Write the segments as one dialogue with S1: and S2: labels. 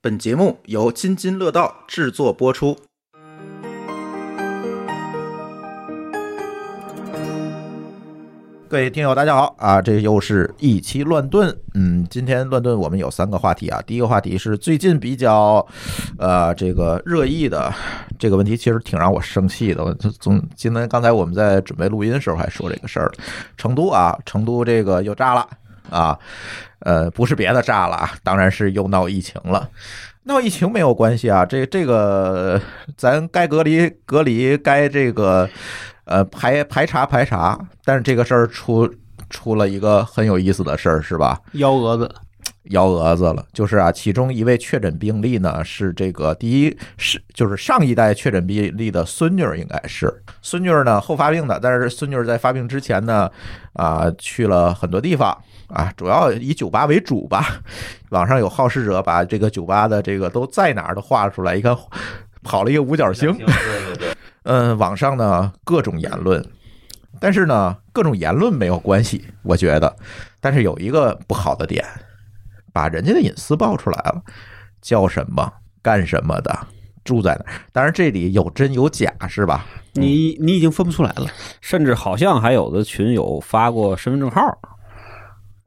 S1: 本节目由津津乐道制作播出。各位听友，大家好啊！这又是一期乱炖。嗯，今天乱炖我们有三个话题啊。第一个话题是最近比较，呃，这个热议的这个问题，其实挺让我生气的。我就总今天刚才我们在准备录音的时候还说这个事儿了。成都啊，成都这个又炸了啊，呃，不是别的炸了啊，当然是又闹疫情了。闹疫情没有关系啊，这这个咱该隔离隔离，该这个呃排排查排查，但是这个事儿出出了一个很有意思的事儿，是吧？
S2: 幺蛾子，
S1: 幺蛾子了，就是啊，其中一位确诊病例呢是这个第一是就是上一代确诊病例的孙女儿，应该是孙女儿呢后发病的，但是孙女儿在发病之前呢，啊、去了很多地方啊，主要以酒吧为主吧。网上有好事者把这个酒吧的这个都在哪儿都画出来，一看跑了一个五角星，
S3: 对对对，
S1: 嗯，网上呢各种言论，但是呢各种言论没有关系，我觉得，但是有一个不好的点，把人家的隐私爆出来了，叫什么干什么的，住在哪儿，当然这里有真有假是吧？
S2: 你你已经分不出来 了。
S4: 甚至好像还有的群友发过身份证号。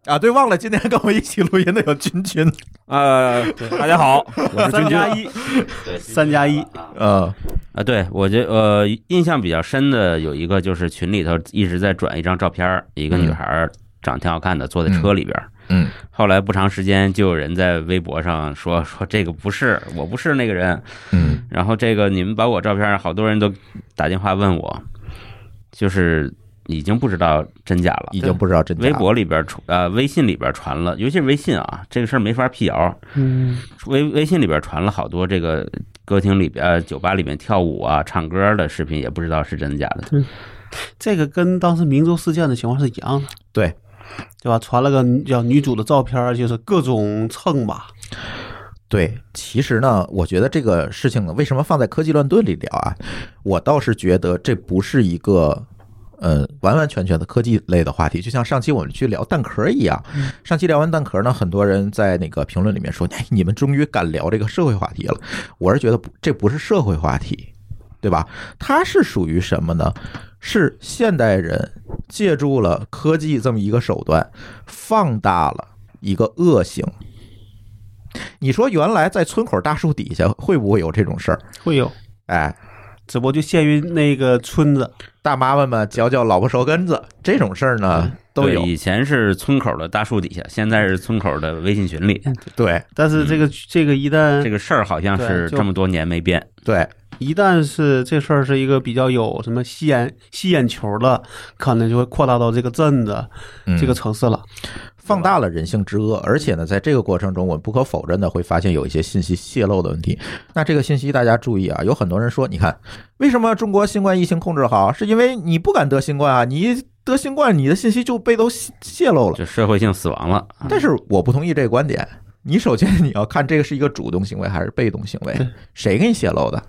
S1: 啊，对，忘了今天跟我一起录音的有君君，
S4: 呃，大家 好，我是君
S2: 三
S4: 君
S2: 加
S4: 啊、
S2: 一，
S3: 对
S2: 三加一
S3: 啊，
S1: 嗯
S4: 对我觉呃印象比较深的有一个就是群里头一直在转一张照片儿，一个女孩儿长挺好看的，坐在车里边儿。
S1: 嗯
S4: 后来不长时间就有人在微博上说说这个不是我不是那个人，
S1: 嗯
S4: 然后这个你们把我照片儿，好多人都打电话问我，就是已经不知道真假了，
S1: 已经不知道真假
S4: 微
S1: 了。
S4: 博里边传，呃，微信里边传了，尤其是微信啊，这个事儿没法辟谣。
S2: 嗯，
S4: 微微信里边传了好多这个歌厅里边、呃酒吧里面跳舞啊、唱歌的视频，也不知道是真的假的。
S2: 这个跟当时明州事件的情况是一样的，
S1: 对，
S2: 对吧？传了个叫女主的照片，就是各种蹭吧。
S1: 对，其实呢，我觉得这个事情呢，为什么放在科技乱炖里聊啊？我倒是觉得这不是一个。呃，完完全全的科技类的话题，就像上期我们去聊蛋壳一样。上期聊完蛋壳呢，很多人在那个评论里面说：“哎，你们终于敢聊这个社会话题了。”我是觉得不这不是社会话题，对吧？它是属于什么呢？是现代人借助了科技这么一个手段，放大了一个恶行。你说原来在村口大树底下会不会有这种事儿？
S2: 会有，
S1: 哎，
S2: 只不过就限于那个村子。
S1: 大妈妈们嚼嚼老婆舌根子这种事儿
S2: 嗯
S1: 呢都
S4: 对
S1: 有。
S4: 以前是村口的大树底下，现在是村口的微信群里，
S1: 对
S2: 但是这个、嗯这个一旦
S4: 这个事儿好像是
S2: 对就
S4: 这么多年没变。
S1: 对，
S2: 一旦是这事儿是一个比较有什么吸眼吸眼球的，可能就会扩大到这个镇子、
S1: 嗯
S2: 这个城市了。
S1: 放大了人性之恶，而且呢，在这个过程中，我们不可否认的会发现有一些信息泄露的问题。那这个信息大家注意啊，有很多人说，你看为什么中国新冠疫情控制好，是因为你不敢得新冠啊，你一得新冠，你的信息就被都泄泄露了。
S4: 就社会性死亡了，
S2: 嗯
S1: 但是我不同意这个观点。你首先你要看这个是一个主动行为还是被动行为
S2: 对，
S1: 谁给你泄露的，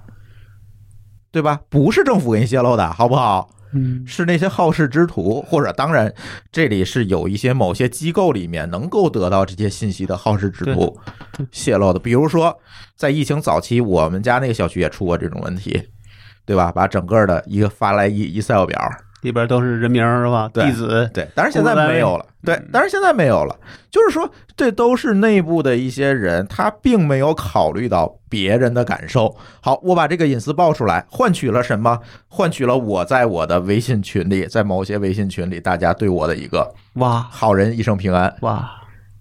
S1: 对吧？不是政府给你泄露的，好不好？
S2: 嗯，
S1: 是那些好事之徒，或者当然，这里是有一些某些机构里面能够得到这些信息的好事之徒泄露的。比如说，在疫情早期，我们家那个小区也出过这种问题，对吧？把整个的一个发来一 Excel 表，
S2: 里边都是人名儿是吧？
S1: 对
S2: 地址，
S1: 对，当然现在没有了。对，当然现在没有了。就是说，这都是内部的一些人，他并没有考虑到别人的感受。好，我把这个隐私爆出来，换取了什么？换取了我在我的微信群里，在某些微信群里，大家对我的一个
S2: 哇
S1: 好人一生平安，
S2: 哇，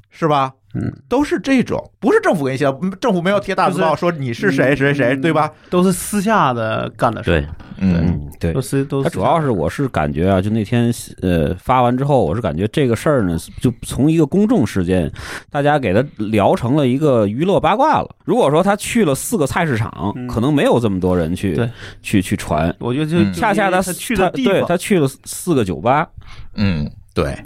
S1: 是吧？
S2: 嗯，
S1: 都是这种，不是政府给你写的，嗯政府没有贴大字报说你是嗯谁谁谁，对吧？
S2: 都是私下的干的事，
S4: 对，
S1: 嗯，
S5: 嗯，对
S2: 都。是都
S5: 他
S2: 是
S5: 主要是我是感觉啊，就那天呃发完之后，我是感觉这个事儿呢，就从一个公众事件，大家给他聊成了一个娱乐八卦了。如果说他去了四个菜市场，
S2: 嗯
S5: 可能没有这么多人去
S2: 对
S5: 去去传。
S2: 我觉得就
S1: 嗯
S2: 就
S5: 恰恰
S2: 因为他
S5: 他
S2: 去的地
S5: 对
S2: 方，
S5: 他去了四个酒吧，
S1: 嗯，对，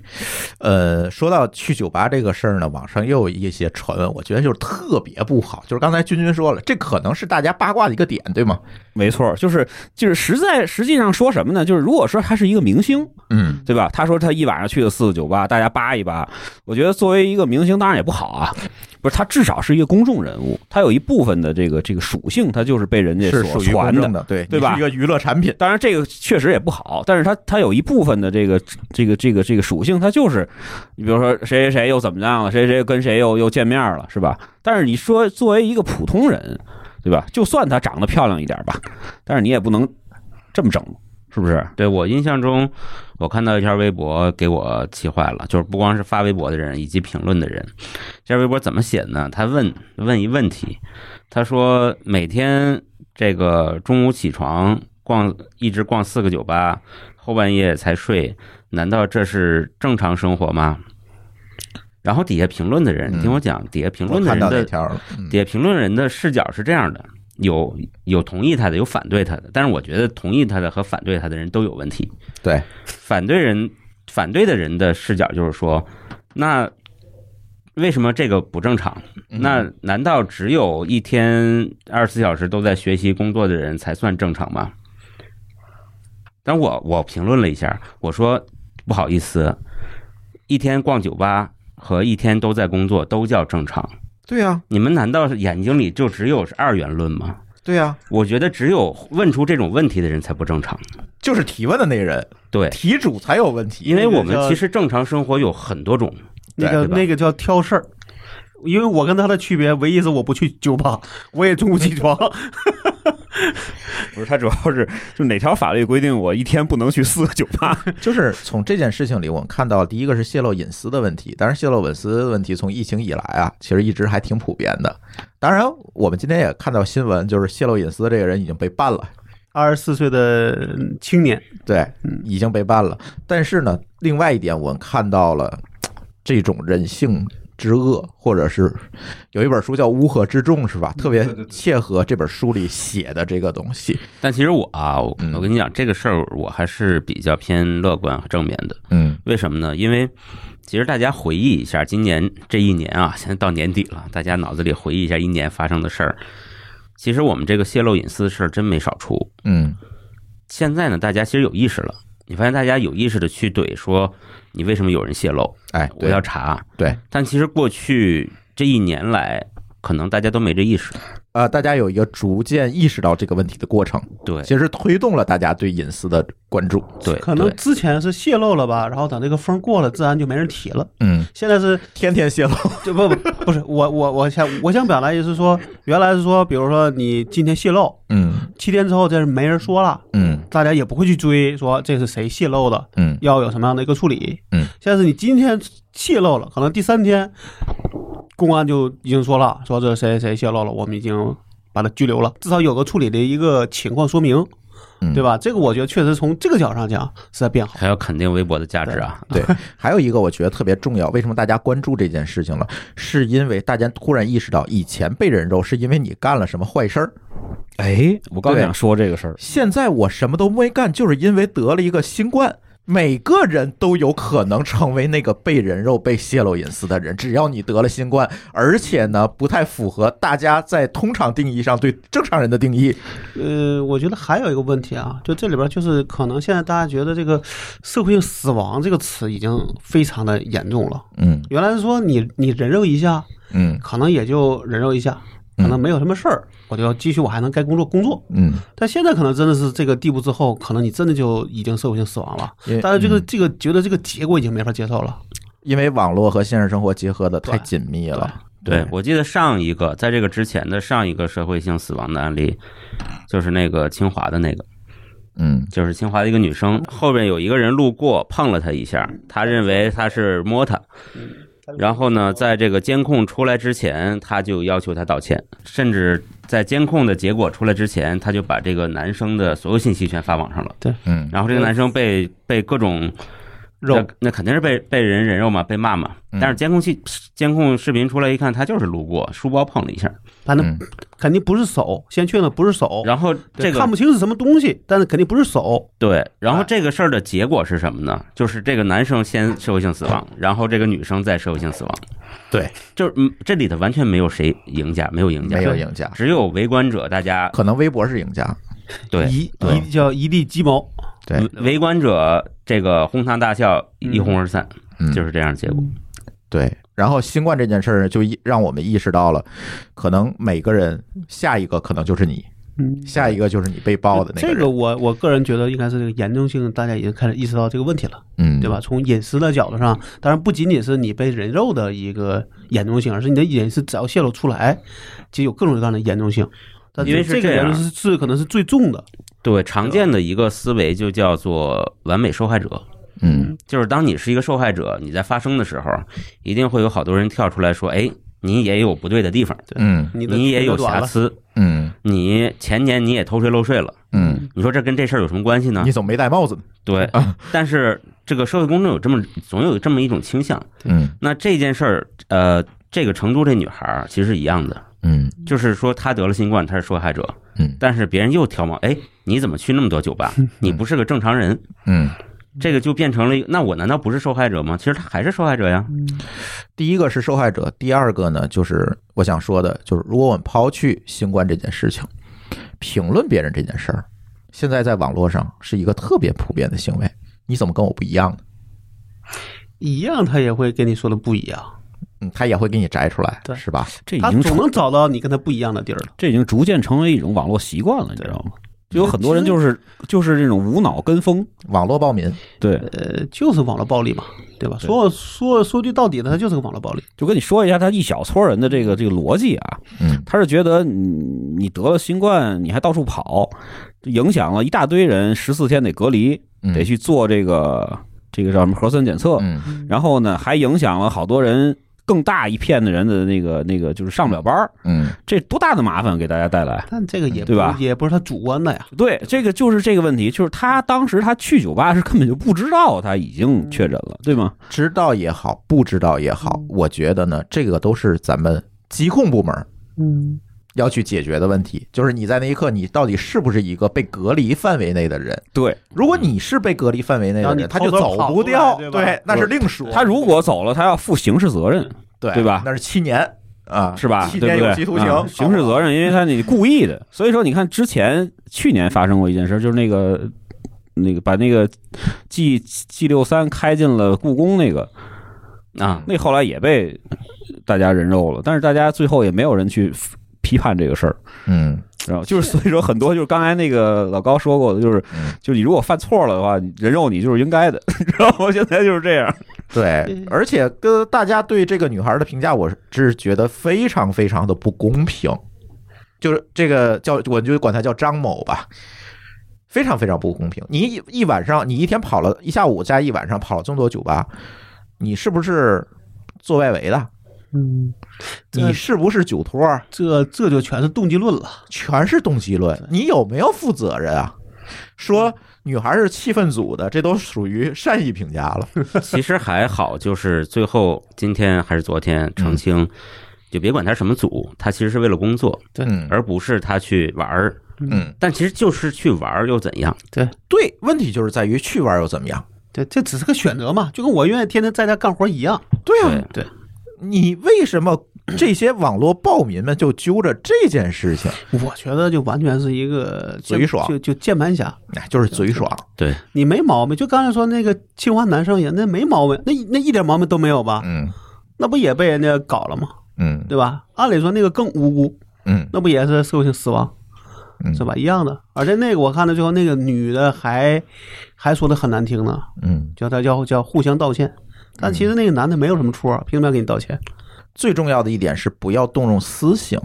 S1: 呃，说到去酒吧这个事儿呢，网上又有一些传闻，我觉得就是特别不好。就是刚才君君说了，这可能是大家八卦的一个点，对吗？
S5: 没错，就是就是实在实际上说什么呢？就是如果说他是一个明星，
S1: 嗯，
S5: 对吧？他说他一晚上去了四个酒吧，大家扒一扒。我觉得作为一个明星，当然也不好啊，不是他至少是一个公众人物，他有一部分的这个这个属性，他就是被人家
S1: 嗯是
S5: 所
S1: 属于
S5: 传
S1: 公
S5: 的
S1: 正。的，对
S5: 对
S1: 你
S5: 吧
S1: 是一个娱乐产品，
S5: 当然，这个确实也不好，但是他他有一部分的这个这个这个这个属性，他就是，你比如说谁谁谁又怎么样了，谁谁跟谁又又见面了，是吧？但是你说作为一个普通人，对吧？就算她长得漂亮一点吧，但是你也不能这么整，是不是？
S4: 对我印象中，我看到一条微博给我气坏了，就是不光是发微博的人以及评论的人。这条微博怎么写呢？他问问一问题，他说每天这个中午起床逛，一直逛四个酒吧，后半夜才睡，难道这是正常生活吗？然后底下评论的人，
S1: 嗯
S4: 你听我讲，底下评
S1: 我
S4: 论的
S1: 看
S4: 人
S1: 到那
S4: 的
S1: 条了，嗯
S4: 底下评论人的视角是这样的：有有同意他的，有反对他的。但是我觉得同意他的和反对他的人都有问题。
S1: 对，
S4: 反对人反对的人的视角就是说，那为什么这个不正常？
S1: 嗯
S4: 那难道只有一天二十四小时都在学习工作的人才算正常吗？但我我评论了一下，我说不好意思，一天逛酒吧和一天都在工作都叫正常。
S1: 对呀，
S4: 你们难道是眼睛里就只有是二元论吗？
S1: 对呀，
S4: 我觉得只有问出这种问题的人才不正常。
S1: 就是提问的那个人，
S4: 对，
S1: 题主才有问题，
S4: 因为我们其实正常生活有很多种，
S2: 那
S4: 对
S2: 个
S4: 对吧
S2: 那个叫挑事儿。因为我跟他的区别，唯一是我不去酒吧，我也中午起床。
S5: 不是，他主要是就哪条法律规定我一天不能去四个酒吧？
S1: 就是从这件事情里，我们看到第一个是泄露隐私的问题。当然，泄露隐私的问题从疫情以来啊，其实一直还挺普遍的。当然，我们今天也看到新闻，就是泄露隐私的这个人已经被办了，
S2: 二十四岁的青年，
S1: 对，已经被办了。但是呢，另外一点，我们看到了这种人性之恶，或者是有一本书叫《乌合之众》，是吧？特别切合这本书里写的这个东西。
S4: 但其实我啊，我
S1: 嗯
S4: 我跟你讲这个事儿，我还是比较偏乐观和正面的。
S1: 嗯
S4: 为什么呢？因为其实大家回忆一下今年这一年啊，现在到年底了，大家脑子里回忆一下一年发生的事儿。其实我们这个泄露隐私的事儿真没少出，
S1: 嗯，
S4: 现在呢，大家其实有意识了。你发现大家有意识的去怼说，你为什么有人泄露？
S1: 哎，
S4: 我
S1: 对
S4: 要查。啊
S1: 对，
S4: 但其实过去这一年来，可能大家都没这意识。
S1: 呃，大家有一个逐渐意识到这个问题的过程。
S4: 对
S1: 其实推动了大家对隐私的关注。
S4: 对，
S2: 可能之前是泄露了吧，然后等这个风过了，自然就没人提了。
S1: 嗯，
S2: 现在是
S1: 天天泄露。
S2: 就不不不是我我我想我想表达意思是说，原来是说，比如说你今天泄露，
S1: 嗯
S2: 七天之后这是没人说了，
S1: 嗯
S2: 大家也不会去追说这是谁泄露的，
S1: 嗯
S2: 要有什么样的一个处理。
S1: 嗯，
S2: 现在是你今天泄露了，可能第三天，公安就已经说了，说这谁谁谁泄露了，我们已经把他拘留了，至少有个处理的一个情况说明，
S1: 嗯，
S2: 对？吧？这个我觉得确实从这个角上讲是在变好。
S4: 还要肯定微博的价值啊。
S1: 对，还有一个我觉得特别重要，为什么大家关注这件事情了？是因为大家突然意识到，以前被人肉是因为你干了什么坏事儿，
S5: 哎，我刚
S1: 对
S5: 想说这个事儿，
S1: 现在我什么都没干，就是因为得了一个新冠。每个人都有可能成为那个被人肉、被泄露隐私的人，只要你得了新冠，而且呢，不太符合大家在通常定义上对正常人的定义。
S2: 呃，我觉得还有一个问题啊，就这里边就是可能现在大家觉得这个社会性死亡这个词已经非常的严重了。
S1: 嗯
S2: 原来是说你你人肉一下，
S1: 嗯
S2: 可能也就人肉一下，可能没有什么事儿，我就要继续我还能该工作工作。
S1: 嗯，
S2: 但现在可能真的是这个地步之后，可能你真的就已经社会性死亡了
S1: 因为。
S2: 但是这个、
S4: 嗯
S2: 这个觉得这个结果已经没法接受了。
S1: 因为网络和现实生活结合的太紧密
S2: 对
S1: 了。
S4: 对，我记得上一个，在这个之前的上一个社会性死亡的案例，就是那个清华的那个，
S1: 嗯
S4: 就是清华的一个女生，后边有一个人路过碰了她一下，她认为她是摸她，然后呢，在这个监控出来之前，她就要求她道歉，甚至在监控的结果出来之前，她就把这个男生的所有信息全发网上了。
S1: 嗯
S4: 然后这个男生被被各种
S2: 肉
S4: 那那肯定是被被人人肉嘛，被骂嘛。
S1: 嗯
S4: 但是监控器监控视频出来一看，他就是路过，书包碰了一下，
S2: 反正
S1: 嗯
S2: 肯定不是手，先确认不是手，
S1: 哦
S4: 然后
S2: 对
S4: 这个
S2: 看不清是什么东西，但是肯定不是手。
S4: 对，然后
S1: 哎
S4: 这个事儿的结果是什么呢？就是这个男生先社会性死 亡，然后这个女生再社会性死亡。
S1: 对，
S4: 就是嗯这里头完全没有谁赢家，没有赢家，
S1: 没有赢家，
S4: 只有围观者，大家
S1: 可能微博是赢家。
S4: 对
S2: 一一叫一地鸡毛。
S1: 对
S4: 围围观者这个哄堂大笑，一哄而散，
S1: 嗯
S4: 就是这样的结果。
S1: 对，然后新冠这件事儿就一让我们意识到了，可能每个人下一个可能就是你，
S2: 嗯，
S1: 下一个就是你被爆的那
S2: 这
S1: 人，
S2: 个我我个人觉得应该是这个严重性，大家已经开始意识到这个问题了，
S1: 嗯，
S2: 对吧？？从隐私的角度上，当然不仅仅是你被人肉的一个严重性，而是你的隐私只要泄露出来，其实有各种各样的严重性。但
S4: 因为是
S2: 这个
S4: 这
S2: 严
S4: 样啊
S2: 重是是可能是最重的，
S4: 对，常见的一个思维就叫做完美受害者，
S1: 嗯
S4: 就是当你是一个受害者，你在发声的时候，一定会有好多人跳出来说：“哎，你也有不对的地方，
S1: 嗯
S2: 你的
S4: 你也有
S2: 腿短
S4: 瑕
S2: 了，
S4: 疵，
S1: 嗯
S4: 你前年你也偷税漏税了。”
S1: 嗯，
S4: 你说这跟这事儿有什么关系呢
S2: 嗯
S1: 你？怎么没戴帽子呢？
S4: 对，
S2: 啊
S4: 但是这个社会公众有这么总有这么一种倾向。
S1: 嗯
S4: 那这件事儿，呃，这个成都这女孩儿其实是一样的，
S1: 嗯
S4: 就是说她得了新冠，她是受害者，
S1: 嗯
S4: 但是别人又挑毛，哎，你怎么去那么多酒吧？你不是个正常人，
S1: 嗯，
S4: 这个就变成了一，那我难道不是受害者吗？其实她还是受害者呀。
S1: 第一个是受害者，第二个呢，就是我想说的，就是如果我们抛去新冠这件事情，评论别人这件事儿，现在在网络上是一个特别普遍的行为。你怎么跟我不一样呢？
S2: 一样他也会跟你说的不一样，
S1: 嗯，他也会给你摘出来，
S2: 对
S1: 是吧？
S5: 这已
S2: 他
S5: 经
S2: 总
S5: 成
S2: 能找到你跟他不一样的地儿了。
S5: 这已经逐渐成为一种网络习惯了，你知道吗？就有很多人就是就是这种无脑跟风，
S1: 网络暴民，
S5: 对，
S2: 呃，就是网络暴力嘛，对吧？
S5: 对
S2: 说说说句到底的，它就是个网络暴力。
S5: 就跟你说一下他一小撮人的这个这个逻辑啊，
S1: 嗯
S5: 他是觉得你你得了新冠，你还到处跑，就影响了一大堆人，十四天得隔离，
S1: 嗯
S5: 得去做这个这个叫什么核酸检测，
S1: 嗯
S5: 然后呢还影响了好多人。更大一片的人的那个那个就是上不了班儿，
S1: 嗯
S5: 这多大的麻烦给大家带来？啊
S2: 但这个也不
S5: 对吧
S2: 也不是他主观的呀，
S5: 对，这个就是这个问题，就是他当时他去酒吧是根本就不知道他已
S1: 嗯
S5: 经确诊了，对吗？
S1: 知道也好，不知道也好，我觉得呢，这个都是咱们疾控部门
S2: 嗯，
S1: 要去解决的问题。就是你在那一刻，你到底是不是一个被隔离范围内的人？
S5: 对
S1: 如果你是被隔离范围内的
S2: 然后
S1: 人，
S2: 你
S1: 他就
S2: 偷偷
S1: 走
S2: 跑
S1: 不
S2: 出来
S1: 掉，
S2: 对吧
S1: 对，那是另说。
S5: 他如果走了，他要负刑事责任，
S1: 对
S5: 对吧
S1: 那是七年啊，
S5: 是吧？
S1: 七
S5: 对不
S1: 年
S5: 对？
S1: 有期徒刑，
S5: 啊刑事责任，因为他你故意 的。所以说，你看之前去年发生过一件事，就是那个那个把那个 G G 六三开进了故宫那个，
S2: 嗯
S4: 啊，
S5: 那后来也被大家人肉了，但是大家最后也没有人去批判这个事儿。
S1: 嗯
S5: 然后就是，所以说很多就是刚才那个老高说过的，就是
S1: 嗯
S5: 就是你如果犯错了的话，人肉你就是应该的， 你知道吗？现在就是这样。
S1: 对，而且跟大家对这个女孩的评价，我是觉得非常非常的不公平。就是这个叫，我就管她叫张某吧，非常非常不公平。你一一晚上，你一天跑了一下午加一晚上，跑了这么多酒吧，你是不是做外围的？
S2: 嗯，
S1: 你是不是酒托？
S2: 这这就全是动机论了。
S1: 全是动机论，你有没有负责任啊？说女孩是气氛组的，这都属于善意评价了。
S4: 其实还好，就是最后今天还是昨天澄清，就别管他什么组，他其实是为了工作，
S1: 嗯
S4: 而不是他去玩儿。
S1: 嗯，
S4: 但其实就是去玩儿又怎样？
S1: 对，问题就是在于去玩又怎么样？
S2: 对，这只是个选择嘛，就跟我愿意天天在家干活一样。
S1: 对啊，
S4: 对
S1: 你为什 么这些网络暴民们就揪着这件事情？
S2: 我觉得就完全是一个键
S1: 嘴爽
S2: 就就键盘侠，
S1: 哎，就是嘴爽。
S4: 对，
S2: 你没毛病。就刚才说那个清华男生也那没毛病，那那一点毛病都没有吧？
S1: 嗯
S2: 那不也被人家搞了吗？
S1: 嗯
S2: 对吧？按理说那个更无辜，
S1: 嗯
S2: 那不也是社会性死亡
S1: 嗯
S2: 是吧？一样的。而且那个我看到最后那个女的还还说的很难听呢，
S1: 嗯，
S2: 叫他叫叫互相道歉。但其实那个男的没有什么错，
S1: 嗯
S2: 凭什么要给你道歉？
S1: 最重要的一点是不要动用私刑，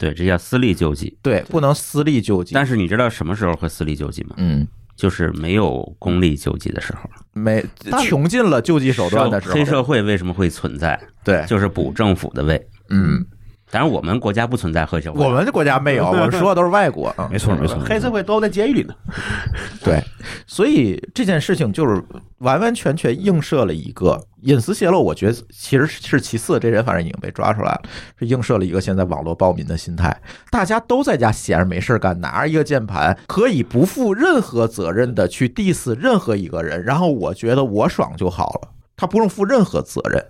S4: 对，这叫私利救济。
S1: 对，不能私利救济。
S4: 但是你知道什么时候会私利救济吗？
S1: 嗯，
S4: 就是没有功利救济的时候。
S1: 没
S2: 但
S1: 穷尽了救济手段的时候，
S4: 黑社会为什么会存在？
S1: 对，
S4: 就是补政府的位。
S1: 嗯，
S4: 当然，我们国家不存在黑社会。
S1: 我们这国家没有， 我们说的都是外国。嗯
S5: 没错，没错。
S2: 黑社会都在监狱里呢。
S1: 对，所以这件事情就是完完全全映射了一个隐私泄露，我觉得其实是其次，这人反正已经被抓出来了，是映射了一个现在网络暴民的心态，大家都在家闲着没事儿干，拿着一个键盘，可以不负任何责任的去 diss 任何一个人，然后我觉得我爽就好了，他不用负任何责任。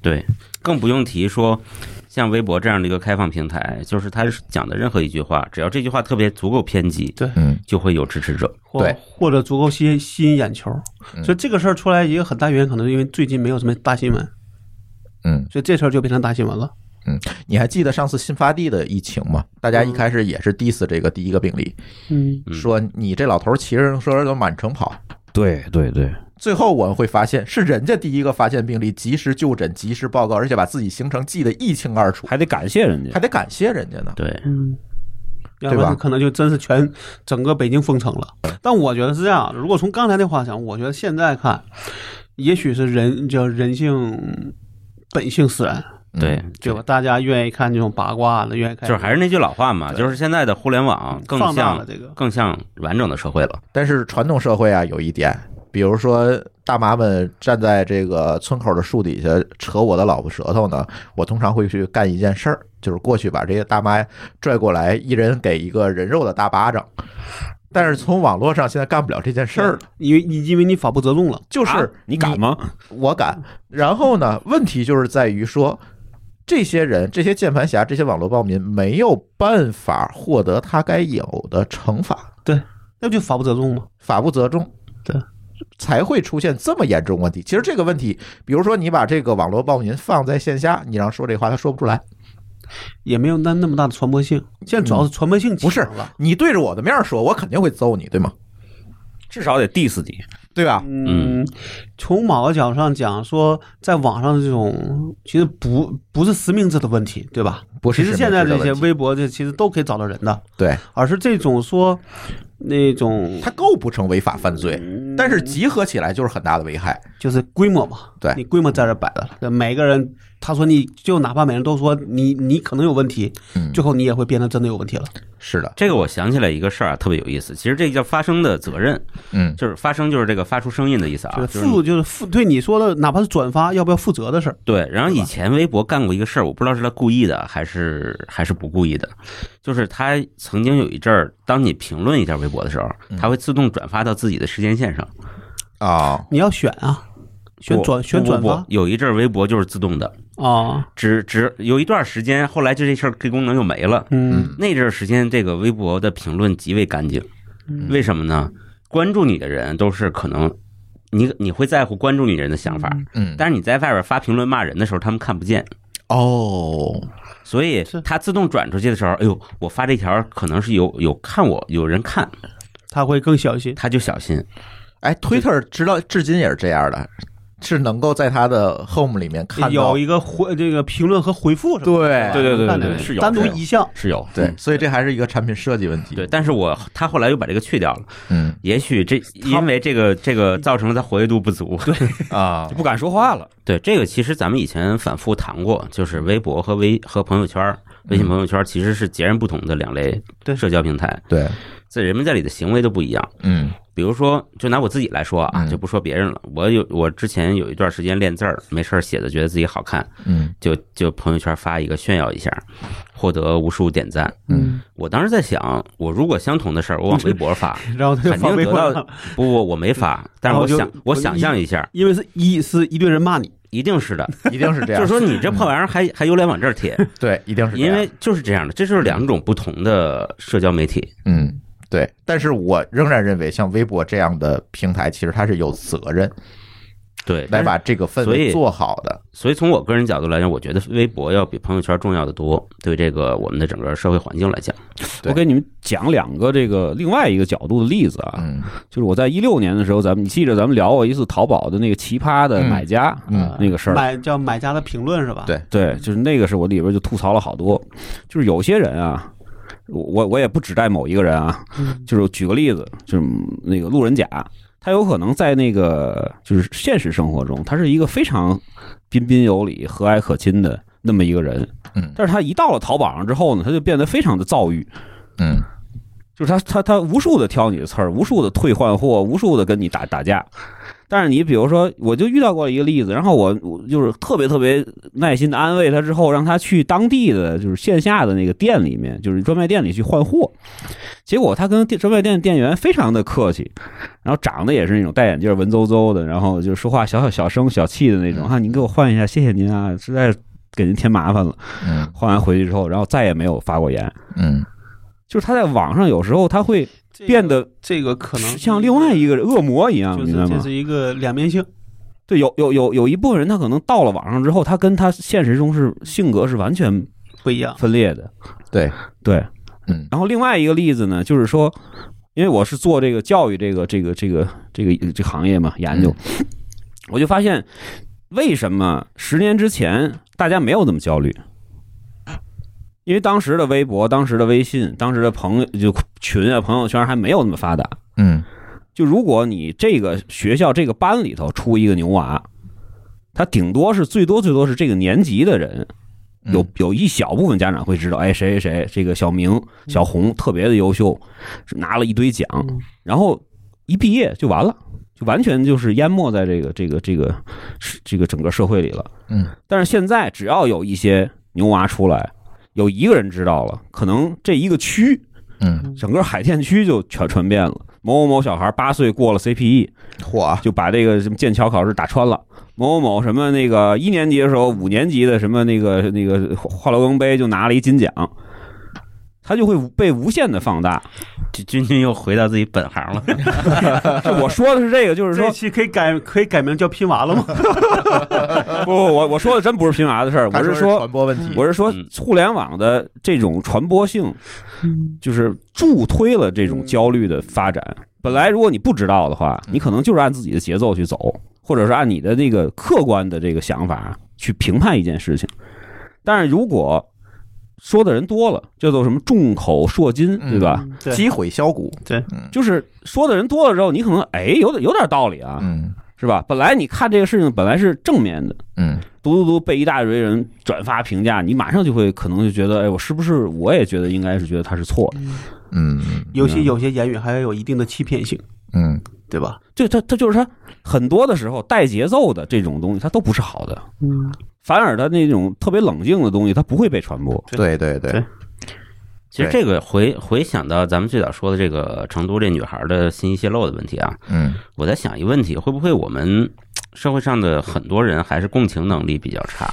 S4: 对，更不用提说像微博这样的一个开放平台，就是他讲的任何一句话，只要这句话特别足够偏激，
S1: 嗯
S4: 就会有支持者。
S2: 或
S1: 对
S2: 或者足够吸引吸引眼球。
S1: 嗯
S2: 所以这个事儿出来一个很大原因，可能是因为最近没有什么大新闻，
S1: 嗯，
S2: 所以这事儿就变成大新闻了。
S1: 你还记得上次新发地的疫情吗？大家一开始也是 diss 这个第一个病例，
S2: 嗯，
S4: 嗯
S1: 说你这老头骑着自行车都满城跑。
S5: 对对对，
S1: 最后我们会发现，是人家第一个发现病例，及时就诊、及时报告，而且把自己行程记得一清二楚，
S5: 还得感谢人家
S1: 还。得感谢人家呢。
S4: 对，
S2: 要
S1: 对
S2: 不
S1: 吧
S2: 然可能就真是全整个北京封城了。但我觉得是这样，如果从刚才那话讲，我觉得现在看，也许是人叫人性本性使然，
S1: 嗯
S4: 对，，
S2: 对吧？大家愿意看这种八卦的，愿意看
S4: 就是还是那句老话嘛，
S2: 对
S4: 就是现在的互联网更
S2: 放大了
S4: 像
S2: 这个。
S4: 更像完整的社会了。
S1: 但是传统社会啊，有一点，比如说大妈们站在这个村口的树底下扯我的老婆舌头呢，我通常会去干一件事儿，就是过去把这些大妈拽过来，一人给一个人肉的大巴掌。但是从网络上现在干不了这件事儿了，
S2: 因为你因为你法不责众了，
S1: 就是、
S5: 啊你敢吗？
S1: 我敢。然后呢，问题就是在于说，这些人、这些键盘侠、这些网络暴民没有办法获得他该有的惩罚，
S2: 那不就法不责众吗？
S1: 法不责众。
S2: 对。
S1: 才会出现这么严重问题。其实这个问题，比如说你把这个网络暴民放在线下，你让说这话，他说不出来。
S2: 也没有那那么大的传播性。现在主要是传播性
S1: 不是
S2: 强了，
S1: 嗯
S2: 嗯
S1: 你对着我的面说，我肯定会揍你，对吗？
S5: 至少得 diss
S4: 啊
S5: 你。
S1: 对吧？
S2: 嗯，从某个角度上讲，说在网上的这种其实不不是实名制的问题，对吧？
S1: 不是
S2: 其实
S1: 什么
S2: 现在
S1: 知道
S2: 这些
S1: 问题
S2: 微博这其实都可以找到人的，
S1: 对
S2: 而是这种说那种
S1: 他构不成违法犯罪，但是集合起来就是很大的危害。
S2: 就是规模嘛，
S1: 对
S2: 你规模在这摆着了，每个人他说你就哪怕每人都说你你可能有问题，
S1: 嗯
S2: 最后你也会变成真的有问题了。
S1: 是的，
S4: 这个我想起来一个事儿啊，特别有意思。其实这叫发声的责任，
S1: 嗯，
S4: 就是发声就是这个发出声音的意思
S2: 就
S4: 啊，
S2: 是
S4: 就是
S2: 负就是负对你说的，哪怕是转发，要不要负责的事儿，
S4: 对，然后
S2: 对吧
S4: 以前微博干过一个事儿，我不知道是他故意的还是还是不故意的，就是他曾经有一阵儿，当你评论一条微博的时候，
S2: 嗯
S4: 他会自动转发到自己的时间线上，
S1: 啊、
S2: 你要选啊，选
S4: 不
S2: 转选
S4: 不不
S2: 转
S4: 不
S2: 发
S4: 有一阵儿微博就是自动的，
S2: 啊，
S4: 只只有一段时间，后来就这事儿这功能就没了。
S2: 嗯
S4: 那阵儿时间，这个微博的评论极为干净，
S2: 嗯
S4: 为什么呢？关注你的人都是可能你你会在乎关注你的人的想法，
S1: 嗯，
S4: 但是你在外边发评论骂人的时候，他们看不见。
S1: 哦，
S4: 所以
S2: 是
S4: 它自动转出去的时候，哎呦，我发这条可能是有有看我有人看，
S2: 他会更小心。
S4: 他就小心。
S1: 哎，Twitter 直到至今也是这样的，是能够在它的 Home 里面看到
S2: 有。一个回这个评论和回复什么
S1: 对
S5: 对对对
S2: 看
S5: 对
S2: 见
S5: 对，
S2: 没
S5: 是有
S2: 单独
S5: 是有
S2: 一项，
S5: 是有
S1: 对，所以这还是一个产品设计问题。
S4: 嗯对，，但是我他后来又把这个去掉了，
S1: 嗯
S4: 也许这因为这个这个造成了他活跃度不足。对
S1: 啊
S5: 就，不敢说话了。
S4: 对，这个其实咱们以前反复谈过，就是微博和微和朋友圈儿。微信朋友圈儿其实是截然不同的两类
S2: 对
S4: 社交平台，
S1: 嗯对，
S4: 在人们在里的行为都不一样。
S1: 嗯
S4: 比如说，就拿我自己来说啊，
S1: 嗯
S4: 就不说别人了。我有我之前有一段时间练字儿，没事儿写的，觉得自己好看，
S1: 嗯
S4: 就就朋友圈发一个炫耀一下，获得无数点赞。
S1: 嗯，
S4: 我当时在想，我如果相同的事儿，我往微 博发，
S2: 然后他就
S4: 肯
S2: 发
S4: 定
S2: 微
S4: 得
S2: 博
S4: 到
S2: 了，
S4: 不不，我没发，但
S1: 哦
S2: 然
S4: 是
S2: 后
S4: 我
S2: 就
S4: 想，我想象一下，
S2: 因为是一是一堆人骂你，
S4: 一定是的。
S1: 一定是这
S4: 就
S1: 样。嗯
S4: 是说，你这破玩意儿还还有脸往这儿贴，
S1: 对，一啊 定是这样
S4: 因为就是这样的，这就是两种不同的社交媒体。
S1: 嗯。对，但是我仍然认为，像微博这样的平台，其实它是有责任
S4: 对，
S1: 来
S4: 但是
S1: 把这个氛
S4: 所以
S1: 围做好的。
S4: 所以从我个人角度来讲，我觉得微博要比朋友圈重要的多。对这个我们的整个社会环境来讲，
S1: 对
S5: 我给你们讲两个这个另外一个角度的例子啊，
S1: 嗯
S5: 就是我在一六年的时候，咱们你记着咱们聊过一次淘宝的那个奇葩的买家、
S1: 嗯
S5: 啊那个事儿，
S2: 买叫买家的评论是吧？
S1: 对
S5: 对，就是那个是我里边就吐槽了好多，就是有些人啊，我我我也不指代某一个人啊，
S2: 嗯
S5: 就是举个例子，就是那个路人甲，他有可能在那个就是现实生活中，他是一个非常彬彬有礼、和蔼可亲的那么一个人，
S1: 嗯
S5: 但是他一到了淘宝上之后呢，他就变得非常的躁郁，
S1: 嗯
S5: 就是他他他无数的挑你的刺儿，无数的退换货，无数的跟你打打架。但是你比如说，我就遇到过一个例子，然后我我就是特别特别耐心的安慰他之后，让他去当地的就是线下的那个店里面，就是专卖店里去换货。结果他跟店专卖店店员非常的客气，然后长得也是那种戴眼镜、文绉绉的，然后就说话小小小声、小气的那种啊，您给我换一下，谢谢您啊，实在是给您添麻烦了。
S1: 嗯
S5: 换完回去之后，然后再也没有发过言。
S1: 嗯，
S5: 就是他在网上有时候他会
S2: 这个
S5: 变得
S2: 这个可能
S5: 像另外一个恶魔一样，
S2: 就
S5: 明
S2: 是
S5: 白
S2: 这
S5: 吗
S2: 是？一个两面性，
S5: 对，有有有有一部分人，他可能到了网上之后，他跟他现实中是性格是完全
S2: 不一样。
S5: 分裂的。
S1: 对
S5: 对，
S1: 嗯
S5: 然后另外一个例子呢，就是说，因为我是做这个教育这个这个这个这个这个行业嘛，研究，
S2: 嗯
S5: 我就发现为什么十年之前大家没有这么焦虑。因为当时的微博、当时的微信、当时的朋友就群啊、朋友圈还没有那么发达，
S1: 嗯
S5: 就如果你这个学校这个班里头出一个牛娃，他顶多是最多最多是这个年级的人，
S1: 嗯
S5: 有有一小部分家长会知道，哎，谁谁谁这个小
S1: 嗯
S5: 明、小红特别的优秀，是拿了一堆奖，
S2: 嗯
S5: 然后一毕业就完了，就完全就是淹没在这个这个这个是这个整个社会里了。
S1: 嗯，
S5: 但是现在只要有一些牛娃出来，有一个人知道了，可能这一个区
S1: 嗯，
S5: 整个海淀区就全传遍了。某某某小孩八岁过了 E CPE，
S1: 嚯，
S5: 就把这个什么剑桥考试打穿了。某某某什么那个一年级的时候，五年级的什么那个那个华罗庚杯就拿了一金奖，他就会被无限的放大。
S4: 君君君又回到自己本 行了。
S5: 是我说的是这个，就是说
S2: 这期可以改可以改名叫拼娃了吗？
S5: 不不，我我说的真不是拼娃的事儿，我
S1: 他说
S5: 是说
S1: 传播问题，
S5: 我是说
S4: 嗯
S5: 互联网的这种传播性，就是助推了这种焦虑的发展。本来如果你不知道的话，
S1: 嗯
S5: 你可能就是按自己的节奏去走，或者是按你的那个客观的这个想法去评判一件事情。但是如果说的人多了，叫做什么众口铄金，
S1: 嗯
S5: 对吧？
S2: 对
S1: 击毁箫鼓，
S2: 对，
S1: 嗯
S5: 就是说的人多了之后，你可能哎，有点有点道理啊，
S1: 嗯
S5: 是吧？本来你看这个事情本来是正面的，
S1: 嗯
S5: 嘟嘟嘟被一大堆人转发评价，你马上就会可能就觉得，哎，我是不是我也觉得应该是觉得他是错的？
S1: 嗯
S2: 尤其有些言语还要有一定的欺骗性，
S1: 嗯
S2: 对吧？
S5: 对他，他就是他很多的时候带节奏的这种东西，它都不是好的，
S2: 嗯，
S5: 反而他那种特别冷静的东西，它不会被传播。
S1: 对对对
S2: 对，
S4: 其实这个回回想到咱们最早说的这个成都这女孩的信息泄露的问题啊，
S1: 嗯
S4: 我在想一个问题，会不会我们社会上的很多人还是共情能力比较差？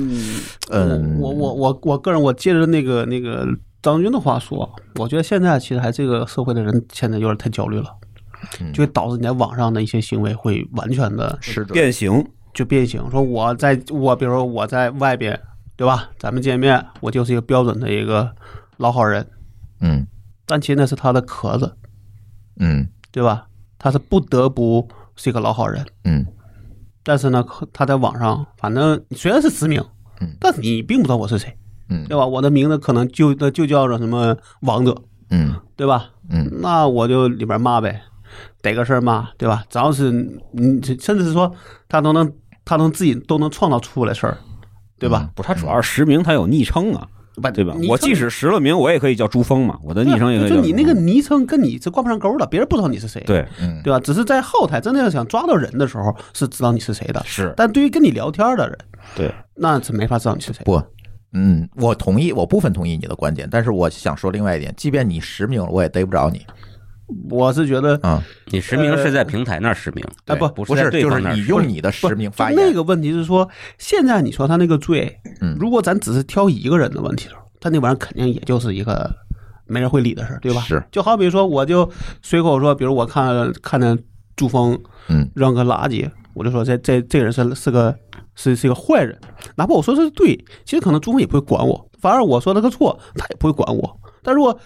S2: 嗯，
S1: 嗯，
S2: 我我我我个人，我借着那个那个张军的话说，我觉得现在其实还这个社会的人现在有点太焦虑了，
S1: 嗯
S2: 就会导致你在网上的一些行为会完全的
S1: 是的，
S5: 变形，
S2: 就变形。说我在我比如说我在外边，对吧？咱们见面，我就是一个标准的一个老好人，
S1: 嗯
S2: 但其实那是他的壳子，
S1: 嗯
S2: 对吧？他是不得不是一个老好人。
S1: 嗯
S2: 但是呢，可他在网上，反正虽然是实名
S1: 嗯，
S2: 但是你并不知道我是谁，
S1: 嗯
S2: 对吧？我的名字可能就就叫着什么王者，
S1: 嗯
S2: 对吧？
S1: 嗯
S2: 那我就里边骂呗，逮个事儿骂，对吧？只要是嗯，甚至是说他都能，他能自己都能创造出来事儿，对吧？
S5: 不是他主要是实名，他有昵称啊，
S2: 不
S5: 对吧
S2: 嗯昵称？
S5: 我即使实了名，我也可以叫朱峰嘛，我的
S2: 对
S5: 昵
S2: 啊
S5: 称也可以
S2: 就
S5: 叫
S2: 就你那个昵称跟你是挂不上钩的，别人不知道你是谁，
S5: 对
S1: 嗯，
S2: 对吧？只是在后台真的要想抓到人的时候是知道你是谁的，
S5: 是
S2: 但对于跟你聊天的人，
S5: 对，
S2: 那是没法知道你是谁。
S1: 不。嗯，我同意，我部分同意你的观点，但是我想说另外一点，即便你实名了，我也逮不着你
S2: 我是觉得
S1: 啊、
S4: 你实名是在平台那儿实名，
S2: 呃
S1: 对
S2: 不
S1: 不
S4: 不是在对
S1: 就
S4: 方
S1: 是
S4: 那儿
S1: 你
S4: 实
S1: 用你的实名发言，
S2: 就那个问题是说，现在你说他那个罪，
S1: 嗯
S2: 如果咱只是挑一个人的问题的时候，他那玩意儿肯定也就是一个没人会理的事儿，对吧？
S1: 是，
S2: 就好比说，我就随口说，比如我看看见朱峰
S1: 嗯
S2: 扔个垃圾，我就说这这这个人是是个是是一个坏人，哪怕我说的是对，其实可能朱峰也不会管我，反而我说了个错，他也不会管我。但如果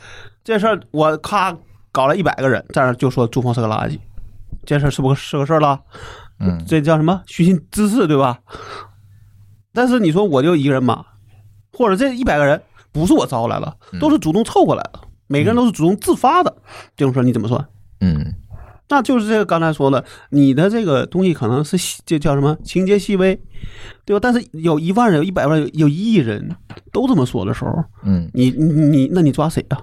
S2: 这事儿我咔搞了一百个人在那儿就说朱峰是个垃圾，这事儿是不是是个事儿了？
S1: 嗯
S2: 这叫什么虚心滋事，对吧？但是你说我就一个人骂，或者这一百个人不是我招来的，
S1: 嗯
S2: 都是主动凑过来的，每个人都是主动自发的，这种事儿你怎么算？
S1: 嗯
S2: 那就是这个刚才说的，你的这个东西可能是细这叫什么情节细微，对吧？但是有一万人、有一百万人、有有一亿人都这么说的时候，
S1: 嗯，
S2: 你你你，那你抓谁啊？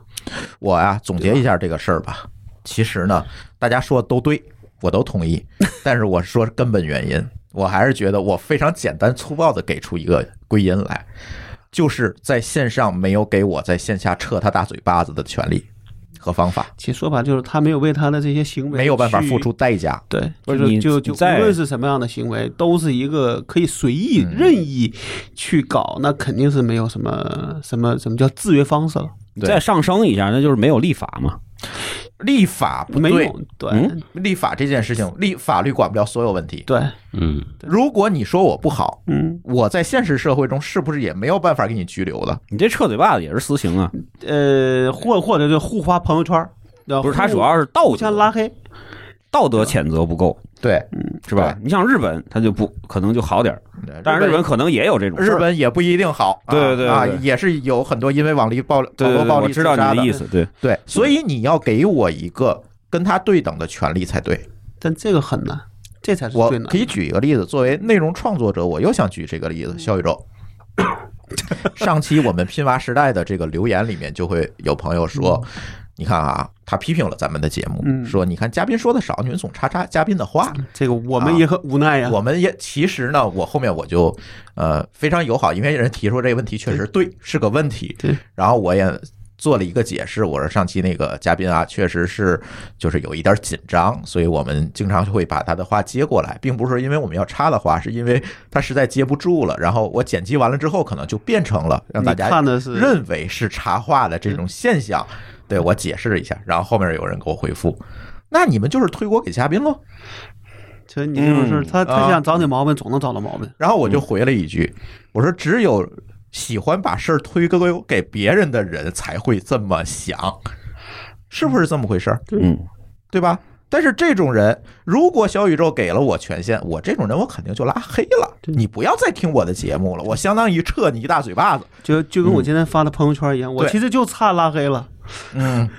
S1: 我啊总结一下这个事儿吧。其实呢，大家说的都对，我都同意，但是我说根本原因，我还是觉得我非常简单粗暴的给出一个归因来，就是在线上没有给我在线下撤他大嘴巴子的权利和方法，
S2: 其实说白了就是他没有为他的这些行为
S1: 没有办法付
S2: 去
S1: 出代价。
S2: 对，
S5: 不
S2: 就是是
S5: 你
S2: 就就
S5: 在
S2: 无论是什么样的行为，都是一个可以随意、任意去搞，那肯定是没有什么什么什么叫制约方式了。
S5: 你再上升一下，那就是没有立法嘛。
S1: 立法不
S2: 没
S1: 对，
S2: 用，对
S5: 嗯
S1: 立法这件事情，立法律管不了所有问题。
S2: 对，
S4: 嗯，
S1: 如果你说我不好，
S2: 嗯
S1: 我在现实社会中是不是也没有办法给你拘留的？
S5: 你这撤嘴巴子也是私刑啊，
S2: 呃，或或者就互发朋友圈儿，
S5: 不
S2: 不
S5: 是他主要是道
S2: 互相拉
S5: 德
S2: 黑，
S5: 道德谴责不够
S1: 对，
S5: 是吧？你像日本，他就不可能就好点儿，但是日
S1: 日
S5: 本可能也有这种事
S1: 日
S5: 儿。
S1: 本也不一定好，啊
S5: 对对对
S1: 啊，
S5: 对
S1: 也是有很多因为网力暴网
S5: 对对
S1: 络
S5: 对，
S1: 暴
S5: 我
S1: 力
S5: 知
S1: 自
S5: 道
S1: 杀
S5: 你
S1: 的
S5: 的意，思。嗯对，
S1: 对，所以你要给我一个跟他对等的权利才对。
S2: 但这个很难，这才是
S1: 我
S2: 最难
S1: 可。以举一个例子，作为内容创作者，我又想举这个例
S5: 嗯
S1: 子，小宇宙。 上期我们拼娃时代的这个留言里面，就会有朋友说：“
S5: 嗯
S1: 你看啊，他批评了咱们的节目，
S2: 嗯
S1: 说你看嘉宾说的少，你们总插插嘉宾的话。
S2: 这个我们也很无奈呀。
S1: 我们也其实呢，我后面我就呃非常友好，因为人提出这个问题确实对是个问题
S2: 对，
S1: 然后我也做了一个解释，我说上期那个嘉宾啊，确实是就是有一点紧张，所以我们经常就会把他的话接过来，并不是因为我们要插的话，是因为他实在接不住了，然后我剪辑完了之后，可能就变成了让大
S2: 你
S1: 家
S2: 看的是
S1: 认为是茶话的这种现象。对我解释了一下，然后后面有人给我回复，那你们就是推锅给嘉宾喽。
S2: 其实你这种事儿，
S5: 嗯
S2: 他
S1: 啊
S2: 他想找你毛病，总能找到毛病。
S1: 然后我就回了一句，我说只有喜欢把事儿推给给别人的人才会这么想，是不是这么回事儿？
S5: 嗯，
S1: 对吧？但是这种人，如果小宇宙给了我权限，我这种人我肯定就拉黑了。你不要再听我的节目了，我相当于撤你一大嘴巴子。
S2: 就就跟我今天发的朋友圈一样，我
S1: 对
S2: 其实就差拉黑了。
S1: 嗯，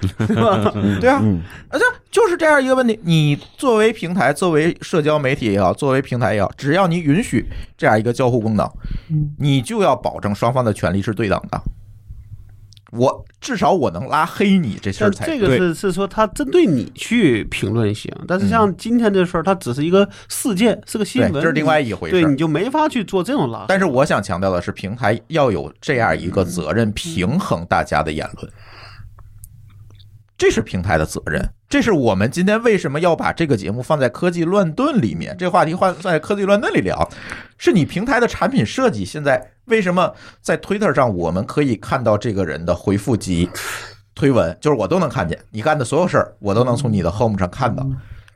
S1: 对啊，
S5: 嗯
S1: 而且就是这样一个问题。你作为平台，作为社交媒体也好，作为平台也好，只要你允许这样一个交互功能，
S2: 嗯
S1: 你就要保证双方的权利是对等的。我至少我能拉黑你这事
S2: 但
S1: 儿才
S2: 这个是是说他针对你去评论行，但是像今天这事儿，它只是一个事件，是个
S1: 嗯
S2: 新
S1: 对，
S2: 闻，
S1: 这是另外一
S2: 你
S1: 回事
S2: 对，
S1: 儿
S2: 你。就没法去做这种拉黑。
S1: 啊但是我想强调的是，平台要有这样一个责任，平衡大家的言论，这是平台的责任。这是我们今天为什么要把这个节目放在科技乱炖里面，这个话题放在科技乱炖里聊，是你平台的产品设计。现在为什么在 Twitter 上我们可以看到这个人的回复及推文，就是我都能看见你干的所有事儿，我都能从你的 Home 上看到。